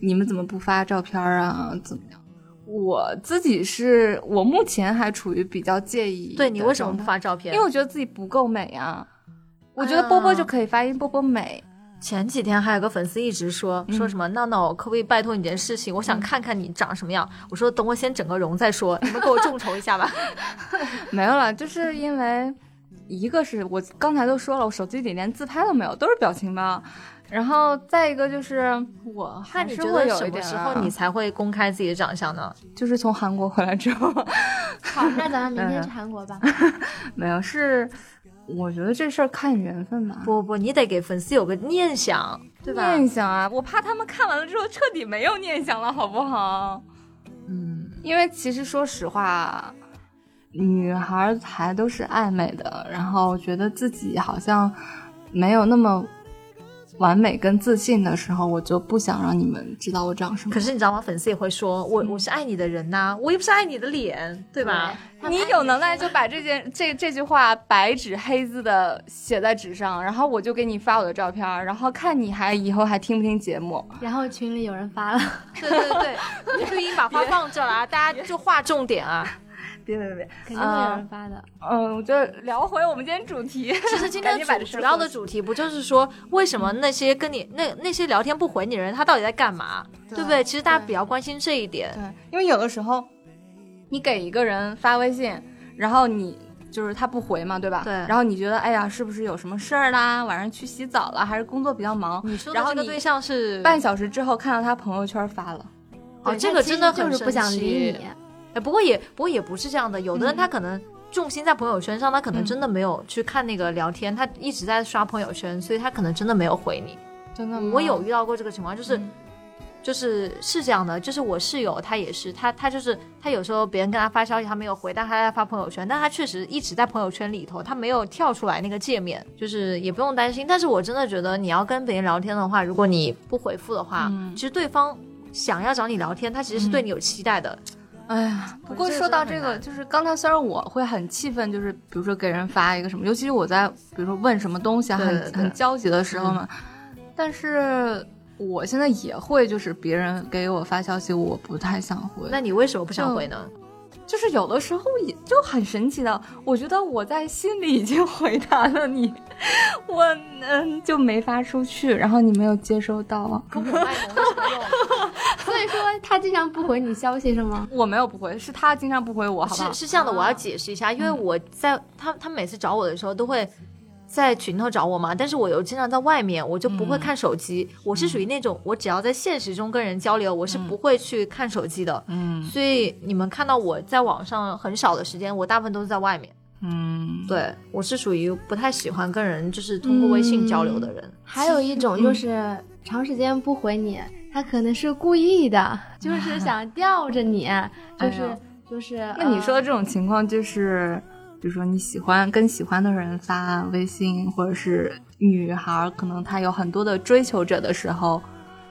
[SPEAKER 2] 你们怎么不发照片儿啊，怎么样？我自己是我目前还处于比较介意，
[SPEAKER 1] 对你为什么不？发照
[SPEAKER 2] 因
[SPEAKER 1] 片？
[SPEAKER 2] 为我觉得自己不够美啊。我觉得波波就可以发，因为波波美。
[SPEAKER 1] 前几天还有个粉丝一直说、说什么闹闹，可不可以拜托你件事情？我想看看你长什么样。我说等我先整个容再说，你们给我众筹一下吧。
[SPEAKER 2] 没有了，就是因为一个是我刚才都说了，我手机里连自拍都没有，都是表情包。然后再一个就是我
[SPEAKER 1] 那
[SPEAKER 2] 还
[SPEAKER 1] 你
[SPEAKER 2] 是
[SPEAKER 1] 觉
[SPEAKER 2] 会
[SPEAKER 1] 得
[SPEAKER 2] 有
[SPEAKER 1] 什
[SPEAKER 2] 一
[SPEAKER 1] 么
[SPEAKER 2] 点
[SPEAKER 1] 时
[SPEAKER 2] 啊
[SPEAKER 1] 候你才会公开自己的长相呢？
[SPEAKER 2] 就是从韩国回来之后，
[SPEAKER 4] 好，那咱们明天去韩国吧。
[SPEAKER 2] 没有是，我觉得这事儿看缘分吧。
[SPEAKER 1] 不不，你得给粉丝有个念想，对吧？
[SPEAKER 2] 念想啊，我怕他们看完了之后彻底没有念想了，好不好？
[SPEAKER 1] 嗯，
[SPEAKER 2] 因为其实说实话，女孩还都是爱美的，然后觉得自己好像没有那么完美跟自信的时候，我就不想让你们知道我长什么
[SPEAKER 1] 可。是你知道吗？粉丝也会说，我
[SPEAKER 2] 嗯
[SPEAKER 1] 我是爱你的人呐、我又不是爱你的脸，对吧？
[SPEAKER 2] 你有能耐就把这件 这这句话白纸黑字的写在纸上，然后我就给你发我的照片儿，然后看你还以后还听不听节目。
[SPEAKER 4] 然后群里有人发了，
[SPEAKER 1] 对对对，绿茵把话放这儿了啊，大家就划重点啊。
[SPEAKER 2] 别别别，
[SPEAKER 4] 肯定会有人发的。
[SPEAKER 2] 嗯，我就聊回我们今天主题。
[SPEAKER 1] 其实今天
[SPEAKER 2] 赶紧把
[SPEAKER 1] 主
[SPEAKER 2] 这事儿
[SPEAKER 1] 主要
[SPEAKER 2] 放
[SPEAKER 1] 的主题不就是说，为什么那些跟你那那些聊天不回你的人，他到底在干嘛，对不对？其实大家比较关心这一点。
[SPEAKER 2] 对，因为有的时候你给一个人发微信，然后你就是他不回嘛，对吧？
[SPEAKER 1] 对
[SPEAKER 2] 然后你觉得，哎呀，是不是有什么事儿啦？晚上去洗澡了，还是工作比较忙？
[SPEAKER 1] 你说的
[SPEAKER 2] 然后
[SPEAKER 1] 这个
[SPEAKER 2] 你
[SPEAKER 1] 对象是
[SPEAKER 2] 半小时之后看到他朋友圈发了，
[SPEAKER 1] 哦，
[SPEAKER 4] 呃对
[SPEAKER 1] 这
[SPEAKER 4] 他
[SPEAKER 1] 个
[SPEAKER 4] 其
[SPEAKER 1] 真
[SPEAKER 4] 实
[SPEAKER 1] 的
[SPEAKER 4] 就
[SPEAKER 1] 很
[SPEAKER 4] 是不想
[SPEAKER 1] 神
[SPEAKER 4] 理
[SPEAKER 1] 奇
[SPEAKER 4] 你。
[SPEAKER 1] 哎，不过也不过也不是这样的，有的人他可能重心在朋友圈上，他可能真的没有去看那个聊天，他一直在刷朋友圈，所以他可能真的没有回你。
[SPEAKER 2] 真的
[SPEAKER 1] 我有遇到过这个情况，就是。就是是这样的，就是我室友他也是，他他就是他有时候别人跟他发消息，他没有回，但他在发朋友圈，但他确实一直在朋友圈里头，他没有跳出来那个界面，就是也不用担心。但是我真的觉得你要跟别人聊天的话，如果你不回复的话，其实对方想要找你聊天，他其实是对你有期待的，
[SPEAKER 2] 哎呀，不过
[SPEAKER 1] 这个
[SPEAKER 2] 说
[SPEAKER 1] 真的
[SPEAKER 2] 到
[SPEAKER 1] 很
[SPEAKER 2] 这个，
[SPEAKER 1] 难
[SPEAKER 2] 就是刚才虽然我会很气愤，就是比如说给人发一个什么，尤其是我在比如说问什么东西啊
[SPEAKER 1] 对
[SPEAKER 2] 很
[SPEAKER 1] 对对嗯
[SPEAKER 2] 很焦急的时候嘛，但是我现在也会就是别人给我发消息，我不太想回。
[SPEAKER 1] 那你为什么不想回呢？
[SPEAKER 2] 就是有的时候也就很神奇的，我觉得我在心里已经 回答了你，我嗯就没发出去，然后你没有接收到啊。
[SPEAKER 1] 跟我爱萌有什么 用？
[SPEAKER 4] 所以说他经常不回你消息是吗？
[SPEAKER 2] 我没有不回，是他经常不回我，好不好
[SPEAKER 1] 是？是这样的，我要解释一下，因为我在他他每次找我的时候都会在群头找我嘛，但是我又经常在外面，我就不会看手机。我是属于那种，我只要在现实中跟人交流，我是不会去看手机的。
[SPEAKER 2] 嗯
[SPEAKER 1] 所以你们看到我在网上很少的时间，我大部分都是在外面。
[SPEAKER 2] 嗯，
[SPEAKER 1] 对我是属于不太喜欢跟人就是通过微信交流的人。
[SPEAKER 4] 还有一种就是长时间不回你，他可能是故意 的，就是想吊着 你，就是、
[SPEAKER 2] 哎呦
[SPEAKER 4] 就是。
[SPEAKER 2] 那你说
[SPEAKER 4] 呃
[SPEAKER 2] 的这种情况就是，比如说你喜欢跟喜欢的人发微信，或者是女孩儿可能她有很多的追求者的时候，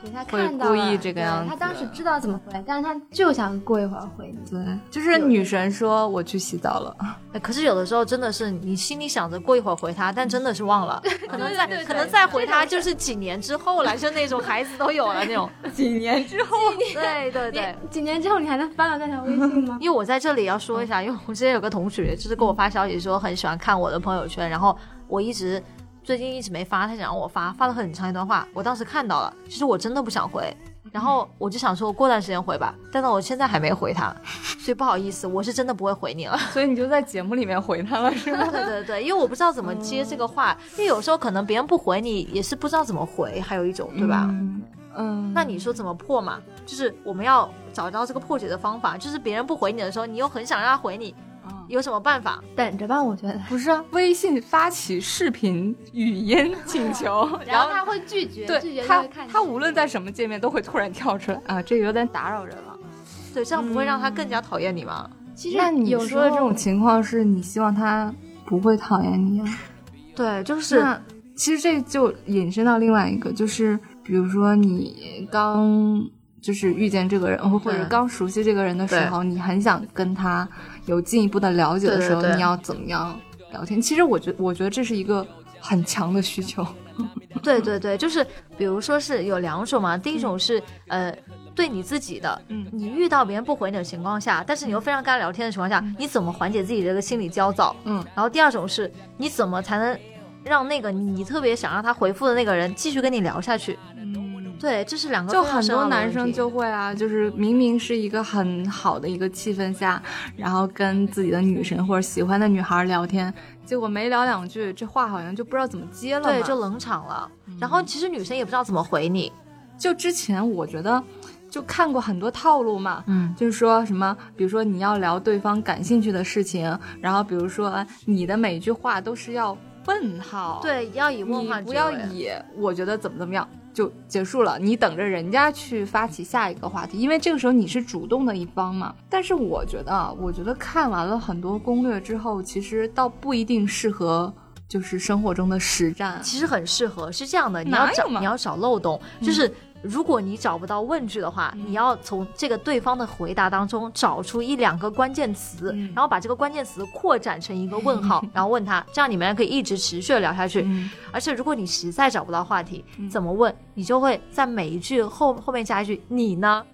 [SPEAKER 4] 对呃他
[SPEAKER 2] 会
[SPEAKER 4] 看到
[SPEAKER 2] 故
[SPEAKER 4] 了
[SPEAKER 2] 意这个
[SPEAKER 4] 对
[SPEAKER 2] 样
[SPEAKER 4] 他
[SPEAKER 2] 子
[SPEAKER 4] 当时知道怎么回，但是他就想过一会儿回你。
[SPEAKER 2] 对，就是女神说我去洗澡了，
[SPEAKER 1] 哎可是有的时候真的是你心里想着过一会儿回他，但真的是忘了，可能再
[SPEAKER 3] 对对
[SPEAKER 1] 可能
[SPEAKER 3] 对
[SPEAKER 1] 再回他就是几年之后了，就那种孩子都有了那种。
[SPEAKER 2] 几年之后，
[SPEAKER 1] 对对对。
[SPEAKER 4] 几年之后你还能翻到那条微信吗？
[SPEAKER 1] 因为我在这里要说一下，因为我之前有个同学，就是给我发消息说很喜欢看我的朋友圈，然后我一直最近一直没发，他想让我发，发了很长一段话，我当时看到了，其实我真的不想回，然后我就想说过段时间回吧，但是我现在还没回他，所以不好意思，我是真的不会回你了。
[SPEAKER 2] 所以你就在节目里面回她了，是吗？
[SPEAKER 1] 对对对，因为我不知道怎么接这个话，因为有时候可能别人不回你也是不知道怎么回，还有一种对吧？
[SPEAKER 2] 嗯嗯，
[SPEAKER 1] 那你说怎么破嘛？就是我们要找到这个破解的方法，就是别人不回你的时候，你又很想让他回你，
[SPEAKER 2] 嗯
[SPEAKER 1] 有什么办法？
[SPEAKER 4] 等着吧，我觉得。
[SPEAKER 2] 不是啊，微信发起视频语 音请求，然后。
[SPEAKER 4] 会拒绝
[SPEAKER 2] 对他，他无论在什么界面都会突然跳出来啊，这有点打扰人了。
[SPEAKER 1] 对，这样不会让他更加讨厌你吗？
[SPEAKER 4] 其实
[SPEAKER 2] 那你
[SPEAKER 4] 有时
[SPEAKER 2] 说的
[SPEAKER 4] 候
[SPEAKER 2] 这种情况是你希望他不会讨厌你啊？
[SPEAKER 1] 对，就是
[SPEAKER 2] 那其实这就引申到另外一个，就是比如说你刚就是遇见这个人，或或者
[SPEAKER 1] 对
[SPEAKER 2] 刚熟悉这个人的时候，你很想跟他有进一步的了解的时候，
[SPEAKER 1] 对对对
[SPEAKER 2] 你要怎么样聊天？其实我觉我觉得这是一个很强的需求。嗯
[SPEAKER 1] 对对对，就是比如说是有两种嘛，第一种是、呃对你自己的，
[SPEAKER 2] 嗯
[SPEAKER 1] 你遇到别人不回你的情况下，但是你又非常跟他聊天的情况下，你怎么缓解自己的这个心理焦躁？
[SPEAKER 2] 嗯，
[SPEAKER 1] 然后第二种是你怎么才能让那个你特别想让他回复的那个人继续跟你聊下去？
[SPEAKER 2] 嗯
[SPEAKER 1] 对，这是两个
[SPEAKER 2] 就
[SPEAKER 1] 非常
[SPEAKER 2] 很
[SPEAKER 1] 深奥
[SPEAKER 2] 多
[SPEAKER 1] 的
[SPEAKER 2] 男
[SPEAKER 1] 问
[SPEAKER 2] 生
[SPEAKER 1] 题嗯
[SPEAKER 2] 就会啊，就是明明是一个很好的一个气氛下，然后跟自己的女神或者喜欢的女孩聊天，结果没聊两句，这话好像就不知道怎么接了嘛。嗯
[SPEAKER 1] 对就冷场了，然后其实女生也不知道怎么回你，
[SPEAKER 2] 就之前我觉得就看过很多套路嘛，
[SPEAKER 1] 嗯，
[SPEAKER 2] 就是说什么，比如说你要聊对方感兴趣的事情，然后比如说哎你的每一句话都是要问号，，
[SPEAKER 1] 对，要以问
[SPEAKER 2] 你
[SPEAKER 1] 话
[SPEAKER 2] 不要
[SPEAKER 1] 以。
[SPEAKER 2] 以我觉得怎么怎么样就结束了，你等着人家去发起下一个话题，因为这个时候你是主动的一方嘛。但是我觉得，啊，我觉得看完了很多攻略之后，其实倒不一定适合就是生活中的实战。
[SPEAKER 1] 其实很适合，是这样的，你
[SPEAKER 2] 嗯哪
[SPEAKER 1] 要
[SPEAKER 2] 有
[SPEAKER 1] 找
[SPEAKER 2] 嘛嗯
[SPEAKER 1] 你要找漏洞，就是如果你找不到问句的话，你要从这个对方的回答当中找出一两个关键词，
[SPEAKER 2] 嗯
[SPEAKER 1] 然后把这个关键词扩展成一个问号， 然后问他，这样你们可以一直持续的聊下去。
[SPEAKER 2] 嗯
[SPEAKER 1] 而且如果你实在找不到话题，怎么问，你就会在每一句后后面加一句“你呢？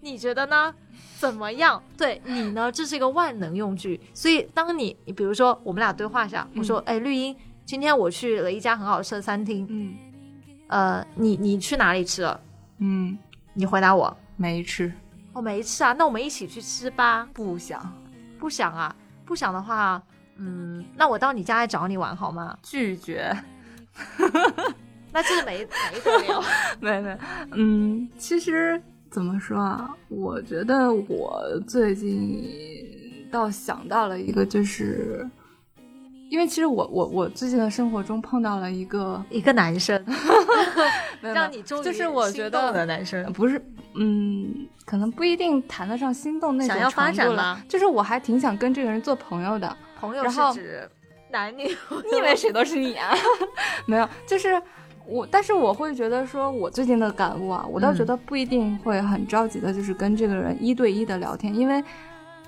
[SPEAKER 1] 你觉得呢？”怎么样？对你呢？这是一个万能用句，所以当你，你比如说我们俩对话一下，
[SPEAKER 2] 嗯
[SPEAKER 1] 我说，哎，绿茵，今天我去了一家很好吃的餐厅，
[SPEAKER 2] 嗯
[SPEAKER 1] 呃，你你去哪里吃了？
[SPEAKER 2] 嗯，
[SPEAKER 1] 你回答我，
[SPEAKER 2] 没吃，
[SPEAKER 1] 我没吃啊，那我们一起去吃吧。
[SPEAKER 2] 不想
[SPEAKER 1] 不想啊，不想的话，嗯，那我到你家来找你玩好吗？
[SPEAKER 2] 拒绝。
[SPEAKER 1] 那这是没没得 聊。
[SPEAKER 2] 没没，嗯，其实怎么说啊？我觉得我最近倒想到了一个，就是因为其实我我我最近的生活中碰到了一个
[SPEAKER 1] 一个男 生让
[SPEAKER 2] 你
[SPEAKER 1] 你终于
[SPEAKER 2] 就是我觉得
[SPEAKER 1] 心动的男生，
[SPEAKER 2] 不是，嗯，可能不一定谈得上心动那种
[SPEAKER 1] 想要发
[SPEAKER 2] 程度
[SPEAKER 1] 展
[SPEAKER 2] 了
[SPEAKER 1] 吗，
[SPEAKER 2] 就是我还挺想跟这个人做朋友的。
[SPEAKER 1] 朋友
[SPEAKER 2] 然
[SPEAKER 1] 是
[SPEAKER 2] 后
[SPEAKER 1] 指男女。
[SPEAKER 2] 你以为谁都是你啊？没有，就是我，但是我会觉得说，我最近的感悟啊，我倒觉得不一定会很着急的，就是跟这个人一对一的聊天，因为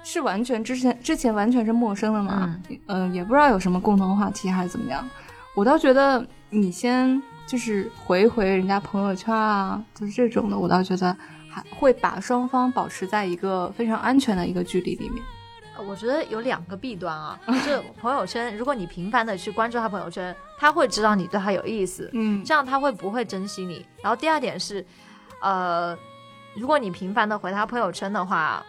[SPEAKER 2] 是完全之前之前完全是陌生的嘛，嗯、也不知道有什么共同话题还是怎么样。我倒觉得你先就是回一回人家朋友圈啊，就是这种的，我倒觉得还会把双方保持在一个非常安全的一个距离里面。
[SPEAKER 1] 我觉得有两个弊端啊， 就是朋友圈，如果你频繁的去关注他朋友圈，他会知道你对他有意思，
[SPEAKER 2] 嗯
[SPEAKER 1] 这样他会不会珍惜你？然后第二点是，呃，如果你频繁的回他朋友圈的话，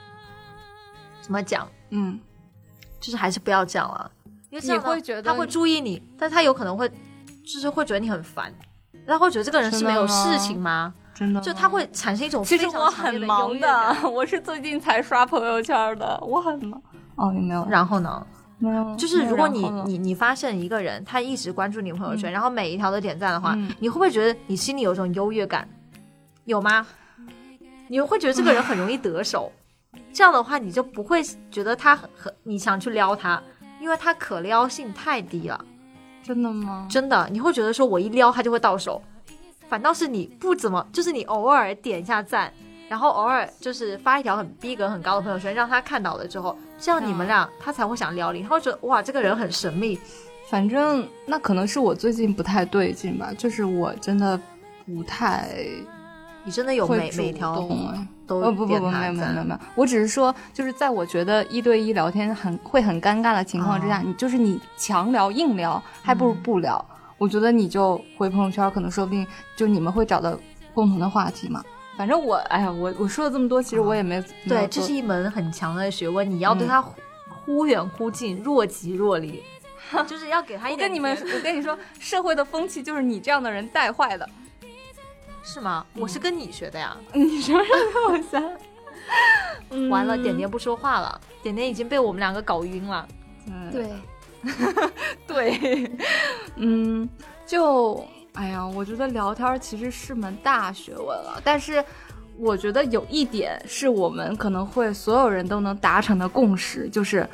[SPEAKER 1] 怎么讲？
[SPEAKER 2] 嗯，
[SPEAKER 1] 就是还是不要这样了，因为这样呢
[SPEAKER 2] 你会觉得
[SPEAKER 1] 他会注意你，但他有可能会就是会觉得你很烦，他会觉得这个人是
[SPEAKER 2] 真的
[SPEAKER 1] 没有
[SPEAKER 2] 吗
[SPEAKER 1] 事情吗？
[SPEAKER 2] 真的
[SPEAKER 1] 就他会产生一种
[SPEAKER 2] 其
[SPEAKER 1] 非
[SPEAKER 2] 实
[SPEAKER 1] 常
[SPEAKER 2] 我
[SPEAKER 1] 强烈
[SPEAKER 2] 很
[SPEAKER 1] 的优
[SPEAKER 2] 忙
[SPEAKER 1] 越感。
[SPEAKER 2] 的， 我是最近才刷朋友圈的，我很忙。哦，你 没有，
[SPEAKER 1] 然后呢？
[SPEAKER 2] 没有，
[SPEAKER 1] 就是如果你
[SPEAKER 2] 没有然后了
[SPEAKER 1] 你你发现一个人他一直关注你朋友圈，然后每一条都点赞的话，
[SPEAKER 2] 嗯
[SPEAKER 1] 你会不会觉得你心里有一种优越感？有吗？你会觉得这个人很容易得手，
[SPEAKER 2] 嗯
[SPEAKER 1] 这样的话你就不会觉得他很很你想去撩他，因为他可撩性太低了，
[SPEAKER 2] 真的吗？
[SPEAKER 1] 真的，你会觉得说我一撩他就会到手，反倒是你不怎么，就是你偶尔点一下赞。然后偶尔就是发一条很逼格很高的朋友圈，让他看到了之后，这样
[SPEAKER 2] 嗯
[SPEAKER 1] 你们俩、他才会想撩你，他会觉得哇这个人很神秘，
[SPEAKER 2] 反正那可能是我最近不太对劲吧，就是我真的不太
[SPEAKER 1] 你真的有
[SPEAKER 2] 会
[SPEAKER 1] 每
[SPEAKER 2] 主
[SPEAKER 1] 每条
[SPEAKER 2] 动哎。
[SPEAKER 1] 都
[SPEAKER 2] 哦不不
[SPEAKER 1] 点
[SPEAKER 2] 不，
[SPEAKER 1] 他
[SPEAKER 2] 没有没有
[SPEAKER 1] 赞
[SPEAKER 2] 没有没有，我只是说，就是在我觉得一对一聊天很会很尴尬的情况之下，
[SPEAKER 1] 嗯
[SPEAKER 2] 你就是你强聊硬聊，还不如不聊。我觉得你就回朋友圈，可能说不定就你们会找到共同的话题嘛。反正我，哎呀，我我说了这么多，其实我也嗯没、没有
[SPEAKER 1] 嗯对，这
[SPEAKER 2] 做
[SPEAKER 1] 是一门很强的学问，你要对他忽忽远忽近，若即若 离，就是要给他一
[SPEAKER 2] 我
[SPEAKER 1] 点甜。
[SPEAKER 2] 跟你们，我跟你说，社会的风气就是你这样的人带 坏的。
[SPEAKER 1] 是吗？
[SPEAKER 2] 嗯
[SPEAKER 1] 我是跟你学的呀。
[SPEAKER 2] 你什么时候跟我 下？嗯
[SPEAKER 1] 完了，点点不说话了，点点已经被我们两个搞晕了。
[SPEAKER 2] 嗯
[SPEAKER 4] 对，
[SPEAKER 2] 对，嗯，就哎呀，我觉得聊天儿其实是门大学问了，但是我觉得有一点是我们可能会所有人都能达成的共识，就是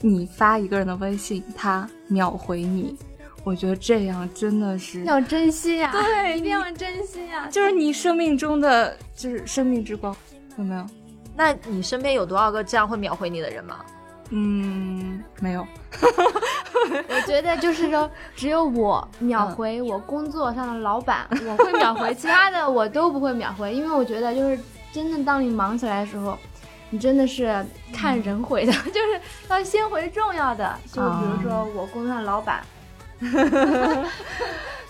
[SPEAKER 2] 你发一个人的微信，他秒回你，我觉得这样真的是。
[SPEAKER 4] 要珍惜呀、
[SPEAKER 2] 对
[SPEAKER 4] 一定要珍惜啊呀、
[SPEAKER 2] 就是你生命中的，就是生命之光，有没有？
[SPEAKER 1] 那你身边有多少个这样会秒回你的人吗？
[SPEAKER 2] 嗯，没有。
[SPEAKER 4] 我觉得就是说，只有我秒回我工作上的老 板，我会秒回，其他的我都不会秒回，因为我觉得就是真的，当你忙起来的时候，你真的是看人回的， 就是要先回重要的，就比如说我工作上的老板，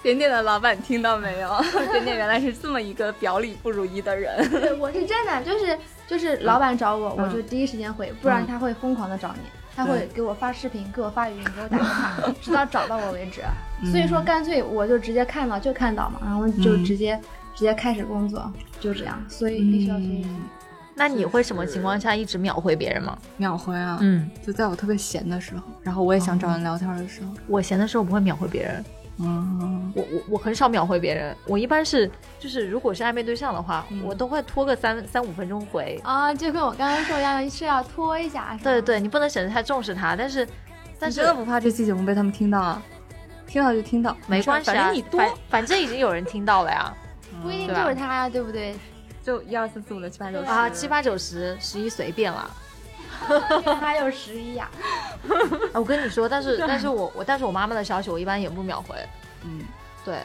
[SPEAKER 2] 点点的老板听到没有？点点原来是这么一个表里不如一的人。
[SPEAKER 4] 对，我是真的，就是就是老板找我，我就第一时间回，不然他会疯狂的找你，他会给我发视频，给我发语音，给我打电话，直到找到我为止。所以说，干脆我就直接看到就看到嘛，然后就直接、直接开始工作，就这样。所
[SPEAKER 2] 嗯
[SPEAKER 4] 以必须要学习。
[SPEAKER 1] 那你会什么情况下一直秒回别人吗？
[SPEAKER 2] 秒 回啊，
[SPEAKER 1] 嗯，
[SPEAKER 2] 就在我特别闲的时候，然后我也想找人聊天的时候，
[SPEAKER 1] 我闲的时候不会秒回别人，
[SPEAKER 2] 嗯，
[SPEAKER 1] 我我我很少秒回别人，我一般是就是如果是暧昧对象的话，
[SPEAKER 2] 嗯
[SPEAKER 1] 我都会拖个三三五分钟回，
[SPEAKER 4] 啊，就跟我刚刚说一样，是要拖一下，是吧
[SPEAKER 1] 对对，你不能显得太重视他，但是，但
[SPEAKER 2] 你
[SPEAKER 1] 是
[SPEAKER 2] 真的不怕这期节目被他们听到啊？听到就听到，
[SPEAKER 1] 没关系啊，
[SPEAKER 2] 反正你多
[SPEAKER 1] 反反正已经有人听到了 呀，
[SPEAKER 4] 不一定
[SPEAKER 1] 对
[SPEAKER 4] 就
[SPEAKER 1] 吧
[SPEAKER 4] 是他，对不 对？
[SPEAKER 2] 就一二三四五六七八九十
[SPEAKER 1] 啊，七八九十十一随便啦。
[SPEAKER 4] 还有十一呀，
[SPEAKER 1] 啊我跟你说，但 是但是我我但是我妈妈的消息我一般也不秒回，
[SPEAKER 2] 嗯，
[SPEAKER 1] 对，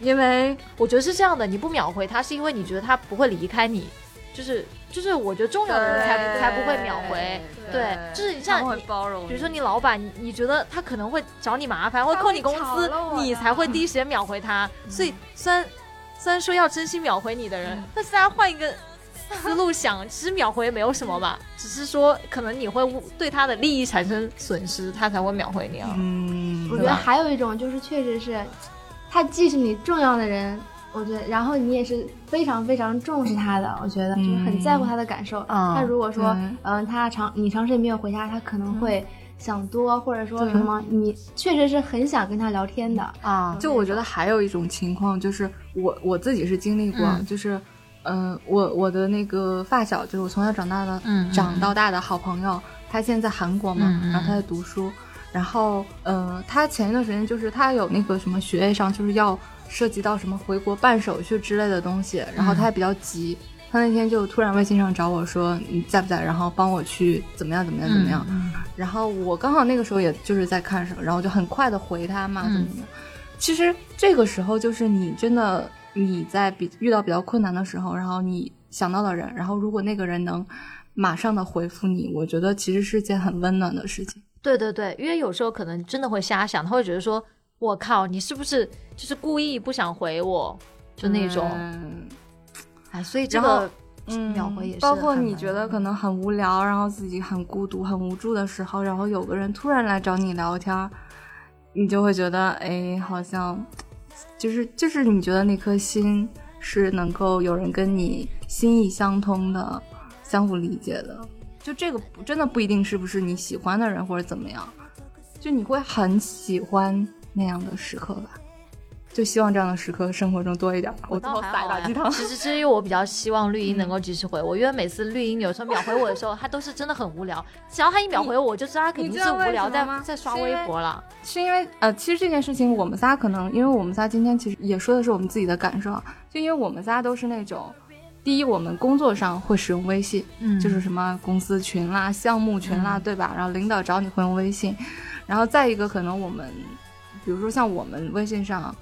[SPEAKER 2] 因为
[SPEAKER 1] 我觉得是这样的，你不秒回他是因为你觉得他不会离开你，就是就是我觉得重要的人才不才不会秒回，对，就是你
[SPEAKER 2] 他们
[SPEAKER 1] 像
[SPEAKER 2] 会
[SPEAKER 1] 你
[SPEAKER 2] 包容你，
[SPEAKER 1] 比如说你老板，你你觉得他可能会找你麻烦，会
[SPEAKER 3] 他
[SPEAKER 1] 扣
[SPEAKER 3] 会
[SPEAKER 1] 你工
[SPEAKER 3] 炒
[SPEAKER 1] 资
[SPEAKER 3] 了我，的
[SPEAKER 1] 你才会第一时间秒回他。所以虽然虽然说要珍惜秒回你的人，但是大家换一个思路想，其实秒回没有什么吧，只是说可能你会对他的利益产生损失，他才会秒回你啊。
[SPEAKER 2] 嗯，
[SPEAKER 4] 我
[SPEAKER 2] 对
[SPEAKER 4] 觉得
[SPEAKER 2] 吧
[SPEAKER 4] 还有一种就是，确实是，他既是你重要的人，我觉得，然后你也是非常非常重视他的，我觉得、就是很在乎他的感受。
[SPEAKER 1] 嗯
[SPEAKER 4] 他如果说，
[SPEAKER 2] 对
[SPEAKER 4] 嗯、他长你长时间没有回家，他可能
[SPEAKER 1] 嗯
[SPEAKER 4] 会想多，或者说什么，你确实是很想跟他聊天的。
[SPEAKER 1] 啊，
[SPEAKER 2] 就我觉得还有一种情况，就是我我自己是经历过，
[SPEAKER 1] 嗯
[SPEAKER 2] 就是，嗯、我我的那个发小，就是我从小长大的，
[SPEAKER 1] 嗯嗯
[SPEAKER 2] 长到大的好朋友，他现在在韩国嘛，
[SPEAKER 1] 嗯嗯
[SPEAKER 2] 然后他在读书，然后，呃，他前一段时间就是他有那个什么学业上就是要涉及到什么回国办手续之类的东西，然
[SPEAKER 1] 嗯
[SPEAKER 2] 后他还比较急，他那天就突然微信上找我说你在不在，然后帮我去怎么样怎么样怎么样，
[SPEAKER 1] 嗯
[SPEAKER 2] 然后我刚好那个时候也就是在看什么，然后我就很快的回他
[SPEAKER 1] 嗯
[SPEAKER 2] 嘛，怎么怎么样。其实这个时候就是你真的你在比遇到比较困难的时候，然后你想到的人，然后如果那个人能马上的回复你，我觉得其实是件很温暖的事情。
[SPEAKER 1] 对对对，因为有时候可能真的会瞎想，他会觉得说，我靠，你是不是就是故意不想回我，就那种，
[SPEAKER 2] 嗯
[SPEAKER 1] 哎，所以这
[SPEAKER 2] 然后
[SPEAKER 1] 个秒回也是
[SPEAKER 2] 嗯包括
[SPEAKER 1] 很
[SPEAKER 2] 你
[SPEAKER 1] 难
[SPEAKER 2] 觉
[SPEAKER 1] 的
[SPEAKER 2] 得可能很无聊，然后自己很孤独、很无助的时候，然后有个人突然来找你聊天儿，你就会觉得，哎，好像就是就是你觉得那颗心是能够有人跟你心意相通的、相互理解的。就这个不真的不一定是不是你喜欢的人或者怎么样，就你会很喜欢那样的时刻吧。就希望这样的时刻生活中多一点儿。我最
[SPEAKER 1] 倒
[SPEAKER 2] 后
[SPEAKER 1] 还
[SPEAKER 2] 撒
[SPEAKER 1] 好
[SPEAKER 2] 一
[SPEAKER 1] 呀
[SPEAKER 2] 大鸡汤。
[SPEAKER 1] 其实是因为我比较希望绿茵能够及时回我，因为每次绿茵有时候秒回我的时候，她都是真的很无聊。只要她一秒回我，我就知道她肯
[SPEAKER 2] 你
[SPEAKER 1] 定
[SPEAKER 2] 知
[SPEAKER 1] 是
[SPEAKER 2] 道
[SPEAKER 1] 无
[SPEAKER 2] 为
[SPEAKER 1] 聊
[SPEAKER 2] 什么
[SPEAKER 1] 在
[SPEAKER 2] 吗
[SPEAKER 1] 在刷
[SPEAKER 2] 是因
[SPEAKER 1] 微
[SPEAKER 2] 为
[SPEAKER 1] 博了。
[SPEAKER 2] 是因为呃，其实这件事情我们仨可能，因为我们仨今天其实也说的是我们自己的感受，啊，就因为我们仨都是那种，第一我们工作上会使用微信，
[SPEAKER 1] 嗯
[SPEAKER 2] 就是什么公司群啦、项目群啦，对吧？然后领导找你会用微信，
[SPEAKER 1] 嗯
[SPEAKER 2] 然后再一个可能我们，比如说像我们微信上，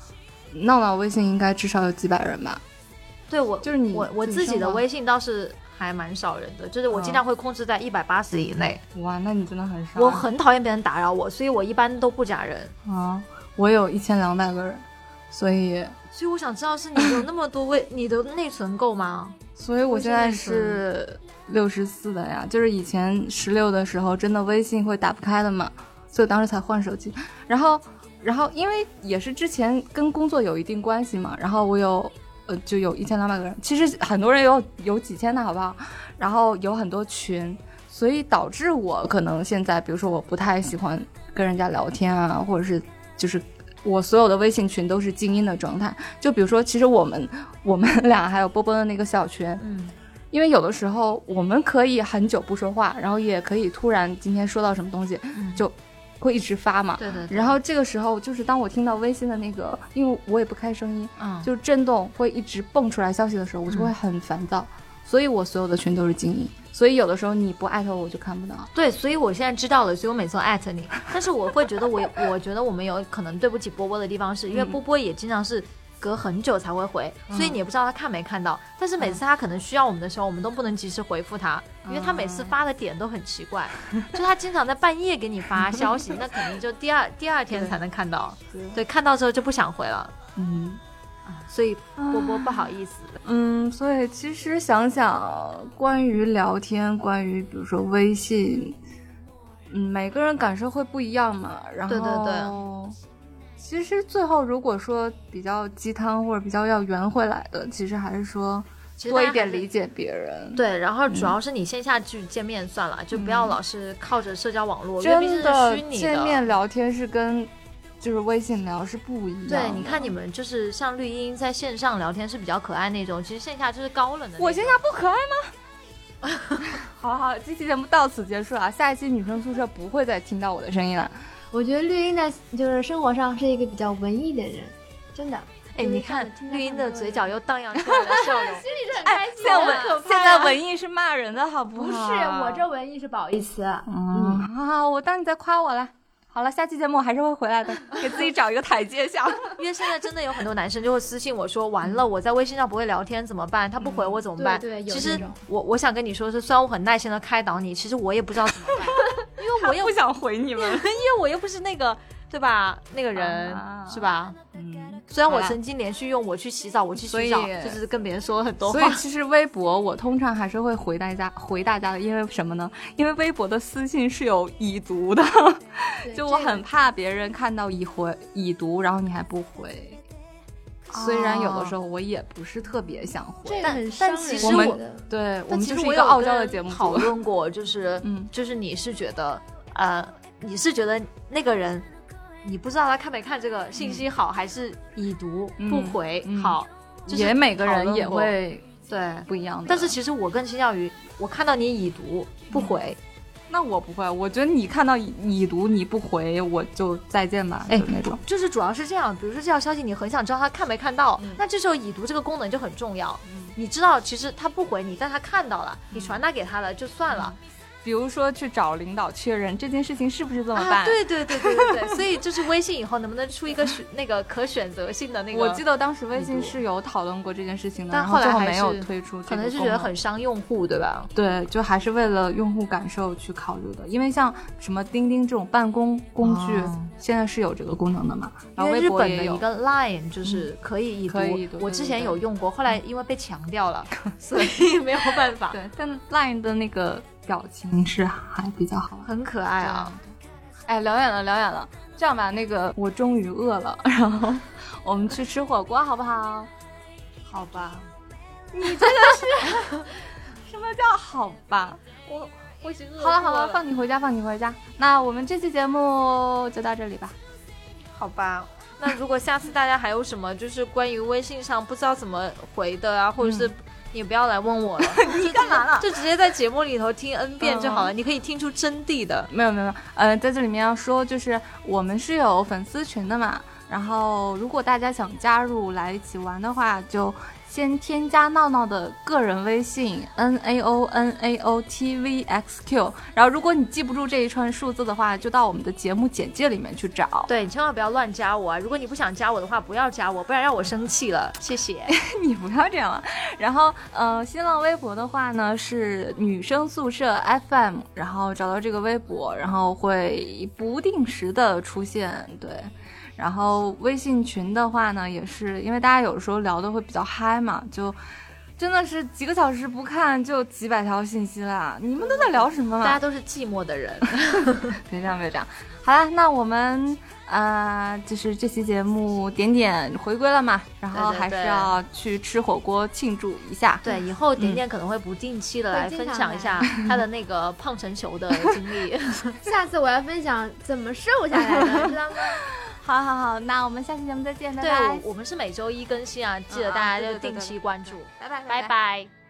[SPEAKER 2] 闹闹微信应该至少有几百人吧，
[SPEAKER 1] 对我
[SPEAKER 2] 就是你
[SPEAKER 1] 我我
[SPEAKER 2] 自己
[SPEAKER 1] 自己
[SPEAKER 2] 生
[SPEAKER 1] 的
[SPEAKER 2] 活
[SPEAKER 1] 微信倒是还蛮少人的，就是我尽量会控制在一百八十以内。
[SPEAKER 2] 哇，那你真的很少，
[SPEAKER 1] 我很讨厌别人打扰我，所以我一般都不加人。
[SPEAKER 2] 啊，我有一千两百个人，所以
[SPEAKER 1] 所以我想知道是你有那么多微， 你的内存够吗？
[SPEAKER 2] 所以我现在是六十四的呀，就是以前十六的时候，真的微信会打不开的嘛，所以我当时才换手机。然后，然后因为也是之前跟工作有一定关系嘛，然后我有呃就有一千两百个人，其实很多人有有几千的好不好？然后有很多群，所以导致我可能现在，比如说我不太喜欢跟人家聊天啊，或者是就是我所有的微信群都是静音的状态。就比如说，其实我们我们俩还有波波的那个小群，
[SPEAKER 1] 嗯，
[SPEAKER 2] 因为有的时候我们可以很久不说话，然后也可以突然今天说到什么东西，就会一直发嘛。
[SPEAKER 1] 嗯对对对，
[SPEAKER 2] 然后这个时候就是当我听到微信的那个，因为我也不开声音，
[SPEAKER 1] 嗯，
[SPEAKER 2] 就是震动会一直蹦出来消息的时候，我就会很烦躁，所以我所有的群都是静音。所以有的时候你不艾特我，我就看不到。
[SPEAKER 1] 对，所以我现在知道了，所以我每次都艾特你。但是我会觉得我，我觉得我们有可能对不起波波的地方是，因
[SPEAKER 2] 嗯
[SPEAKER 1] 为波波也经常是隔很久才会回，所以你也不知道他看没看到。但是
[SPEAKER 2] 嗯
[SPEAKER 1] 每次他可能需要我们的时候，我们都不能及时回复他，因为他每
[SPEAKER 2] 嗯
[SPEAKER 1] 次发的点都很奇怪，就他经常在半夜给你发消 息，那肯定就第二第二天才能看到。对，看到之后就不想回了，
[SPEAKER 2] 嗯
[SPEAKER 1] 所以波波不好意思。
[SPEAKER 2] 嗯，所以其实想想，关于聊天，关于比如说微信，嗯，每个人感受会不一样嘛。然后
[SPEAKER 1] 对对对
[SPEAKER 2] 其实最后如果说比较鸡汤或者比较要圆回来的，其实还是说
[SPEAKER 1] 其实
[SPEAKER 2] 多
[SPEAKER 1] 大
[SPEAKER 2] 一
[SPEAKER 1] 家
[SPEAKER 2] 点
[SPEAKER 1] 还是
[SPEAKER 2] 理解别人。
[SPEAKER 1] 对，然后主要是你线下去见面算了，就不要老是靠着社交网络，因为毕竟是
[SPEAKER 2] 真的
[SPEAKER 1] 虚拟
[SPEAKER 2] 见面聊天是跟就是微信聊是不一样的。
[SPEAKER 1] 对，你看你们就是像绿茵在线上聊天是比较可爱那种，其实线下就是高冷的那种。
[SPEAKER 2] 我线下不可爱吗？ 好好，这期节目到此结束啊！下一期女生宿舍不会再听到我的声音了。
[SPEAKER 4] 我觉得绿茵在就是生活上是一个比较文艺的人，真的。
[SPEAKER 1] 哎，你看绿茵的嘴角又荡漾出来了笑容。
[SPEAKER 3] 心里很
[SPEAKER 2] 哎
[SPEAKER 3] 开，
[SPEAKER 2] 现
[SPEAKER 3] 心
[SPEAKER 2] 在
[SPEAKER 3] 啊。
[SPEAKER 2] 文现在文艺是骂人的好不好？
[SPEAKER 4] 不是，我这文艺是褒义词。
[SPEAKER 2] 嗯啊，我当你在夸我了。好了，下期节目我还是会回来 的，给自己找一个台阶下。
[SPEAKER 1] 因为现在真的有很多男生就会私信我说，完了我在微信上不会聊天怎么办？他不回我怎么办？
[SPEAKER 4] 对对有
[SPEAKER 1] 其实
[SPEAKER 4] 那种
[SPEAKER 1] 我我想跟你说是，虽然我很耐心的开导你，其实我也不知道怎么办，因为我又
[SPEAKER 2] 不想回你 们。
[SPEAKER 1] 因为我又不是那个对吧？那个人、
[SPEAKER 2] 啊
[SPEAKER 1] 是吧？
[SPEAKER 2] 嗯，
[SPEAKER 1] 虽然我
[SPEAKER 2] 好啦
[SPEAKER 1] 曾经连续用我去洗澡，我去
[SPEAKER 2] 所
[SPEAKER 1] 洗
[SPEAKER 2] 以
[SPEAKER 1] 澡，就是跟别人说了很多
[SPEAKER 2] 所
[SPEAKER 1] 话
[SPEAKER 2] 以。其实微博我通常还是会回大 家回大家的，因为什么呢？因为微博的私信是有已读 的，
[SPEAKER 4] 对
[SPEAKER 2] 就我很怕别人看到已回已读，然后你还不回。虽然有的时候我也不是特别想
[SPEAKER 4] 这
[SPEAKER 2] 回，
[SPEAKER 4] 个很伤
[SPEAKER 1] 但其
[SPEAKER 4] 人
[SPEAKER 1] 实
[SPEAKER 2] 我
[SPEAKER 1] 我
[SPEAKER 2] 们
[SPEAKER 4] 的。
[SPEAKER 2] 对我
[SPEAKER 1] 但
[SPEAKER 2] 们
[SPEAKER 1] 其
[SPEAKER 2] 就
[SPEAKER 1] 实
[SPEAKER 2] 是
[SPEAKER 1] 我
[SPEAKER 2] 一
[SPEAKER 1] 有
[SPEAKER 2] 个傲娇
[SPEAKER 1] 跟
[SPEAKER 2] 的节目
[SPEAKER 1] 讨
[SPEAKER 2] 组。
[SPEAKER 1] 论过，就是
[SPEAKER 2] 嗯
[SPEAKER 1] 就是你是觉得呃，你是觉得那个人，你不知道他看没看这个信息好，还是已读不
[SPEAKER 2] 嗯
[SPEAKER 1] 回
[SPEAKER 2] 嗯
[SPEAKER 1] 好？就是
[SPEAKER 2] 也每个
[SPEAKER 1] 讨
[SPEAKER 2] 人
[SPEAKER 1] 论
[SPEAKER 2] 也
[SPEAKER 1] 过
[SPEAKER 2] 会
[SPEAKER 1] 对。
[SPEAKER 2] 不一样的，
[SPEAKER 1] 但是其实我更倾向于，我看到你已读不回，
[SPEAKER 2] 那我不会，我觉得你看到已已读你不回，我就再见吧，
[SPEAKER 1] 哎
[SPEAKER 2] 就那种。
[SPEAKER 1] 就是主要是这样。比如说这条消息，你很想知道他看没看到，
[SPEAKER 2] 嗯
[SPEAKER 1] 那这时候已读这个功能就很重要。你知道，其实他不回你，但他看到了，
[SPEAKER 2] 嗯
[SPEAKER 1] 你传达给他了，就算了。
[SPEAKER 2] 比如说去找领导确认这件事情是不是这么办，
[SPEAKER 1] 啊，对对对对对对，所以就是微信以后能不能出一个选那个可选择性的那个？
[SPEAKER 2] 我记得当时微
[SPEAKER 1] 已
[SPEAKER 2] 信
[SPEAKER 1] 读
[SPEAKER 2] 是有讨论过这件事情的，
[SPEAKER 1] 但
[SPEAKER 2] 然
[SPEAKER 1] 后来
[SPEAKER 2] 最后
[SPEAKER 1] 还
[SPEAKER 2] 没有
[SPEAKER 1] 是
[SPEAKER 2] 推出这个
[SPEAKER 1] 可
[SPEAKER 2] 功能，
[SPEAKER 1] 能是觉得很伤用户，对吧？
[SPEAKER 2] 对，就还是为了用户感受去考虑的。因为像什么钉钉这种办公工具，
[SPEAKER 1] 哦
[SPEAKER 2] 现在是有这个功能的嘛，
[SPEAKER 1] 因
[SPEAKER 2] 然后
[SPEAKER 1] 为
[SPEAKER 2] 微
[SPEAKER 1] 日
[SPEAKER 2] 博
[SPEAKER 1] 本
[SPEAKER 2] 也
[SPEAKER 1] 的
[SPEAKER 2] 有嗯
[SPEAKER 1] 一。个 Line 就是可以已读，
[SPEAKER 2] 可以已读
[SPEAKER 1] 我
[SPEAKER 2] 对
[SPEAKER 1] 之
[SPEAKER 2] 对
[SPEAKER 1] 前
[SPEAKER 2] 对嗯
[SPEAKER 1] 有用过，后来因为被强调 了，所以没有办法。
[SPEAKER 2] 对，但 Line 的那个表情是还比较好玩。
[SPEAKER 1] 很可爱啊！
[SPEAKER 2] 哎，聊远了，聊远了。这样吧，那个我终于饿了，然后我们去吃火锅好不好？
[SPEAKER 1] 好吧，
[SPEAKER 2] 什么叫好吧？
[SPEAKER 1] 我我已经饿
[SPEAKER 2] 好了好了，放你回家，放你回家。那我们这期节目就到这里吧。
[SPEAKER 1] 好吧。那如果下次大家还有什么就是关于微信上不知道怎么回的啊，或者是也不要来问 我了，嗯
[SPEAKER 2] 你干嘛了？
[SPEAKER 1] 就直接在节目里头听 n 遍就好了，你可以听出真谛的。
[SPEAKER 2] 没有没有没有，呃，在这里面要说，就是我们是有粉丝群的嘛，然后如果大家想加入来一起玩的话，就先添加闹闹的个人微信 n a o n a o t v x q，然后如果你记不住这一串数字的话，就到我们的节目简介里面去找。
[SPEAKER 1] 对，你千万不要乱加我啊！如果你不想加我的话，不要加我，不然让我生气了。谢 谢。
[SPEAKER 2] 你不要这样了。然后，呃，新浪微博的话呢是女生宿舍 FM，然后找到这个微博，然后会不定时的出现，对。然后微信群的话呢，也是因为大家有时候聊的会比较嗨嘛，就真的是几个小时不看就几百条信息啦。你们都在聊什么
[SPEAKER 1] 大家
[SPEAKER 2] 嘛？
[SPEAKER 1] 都是寂寞的人，
[SPEAKER 2] 别这样，别这样。好了，那我们啊、呃就是这期节目点点回归了嘛，然后
[SPEAKER 1] 对对
[SPEAKER 2] 还是
[SPEAKER 1] 对
[SPEAKER 2] 要去吃火锅庆祝一下。
[SPEAKER 1] 对，以后点点可嗯能会不定期的来分享一 下他的那个胖成球的经历。
[SPEAKER 4] 下次我要分享怎么瘦下来的，知道吗？
[SPEAKER 2] 好好好，那我们下期节目再见，拜
[SPEAKER 1] 对
[SPEAKER 2] 拜，，
[SPEAKER 1] 我们是每周一更新啊，记得大家
[SPEAKER 2] 嗯嗯
[SPEAKER 1] 就
[SPEAKER 2] 对对对
[SPEAKER 1] 定期关注。
[SPEAKER 2] 拜拜，拜
[SPEAKER 1] 拜。拜。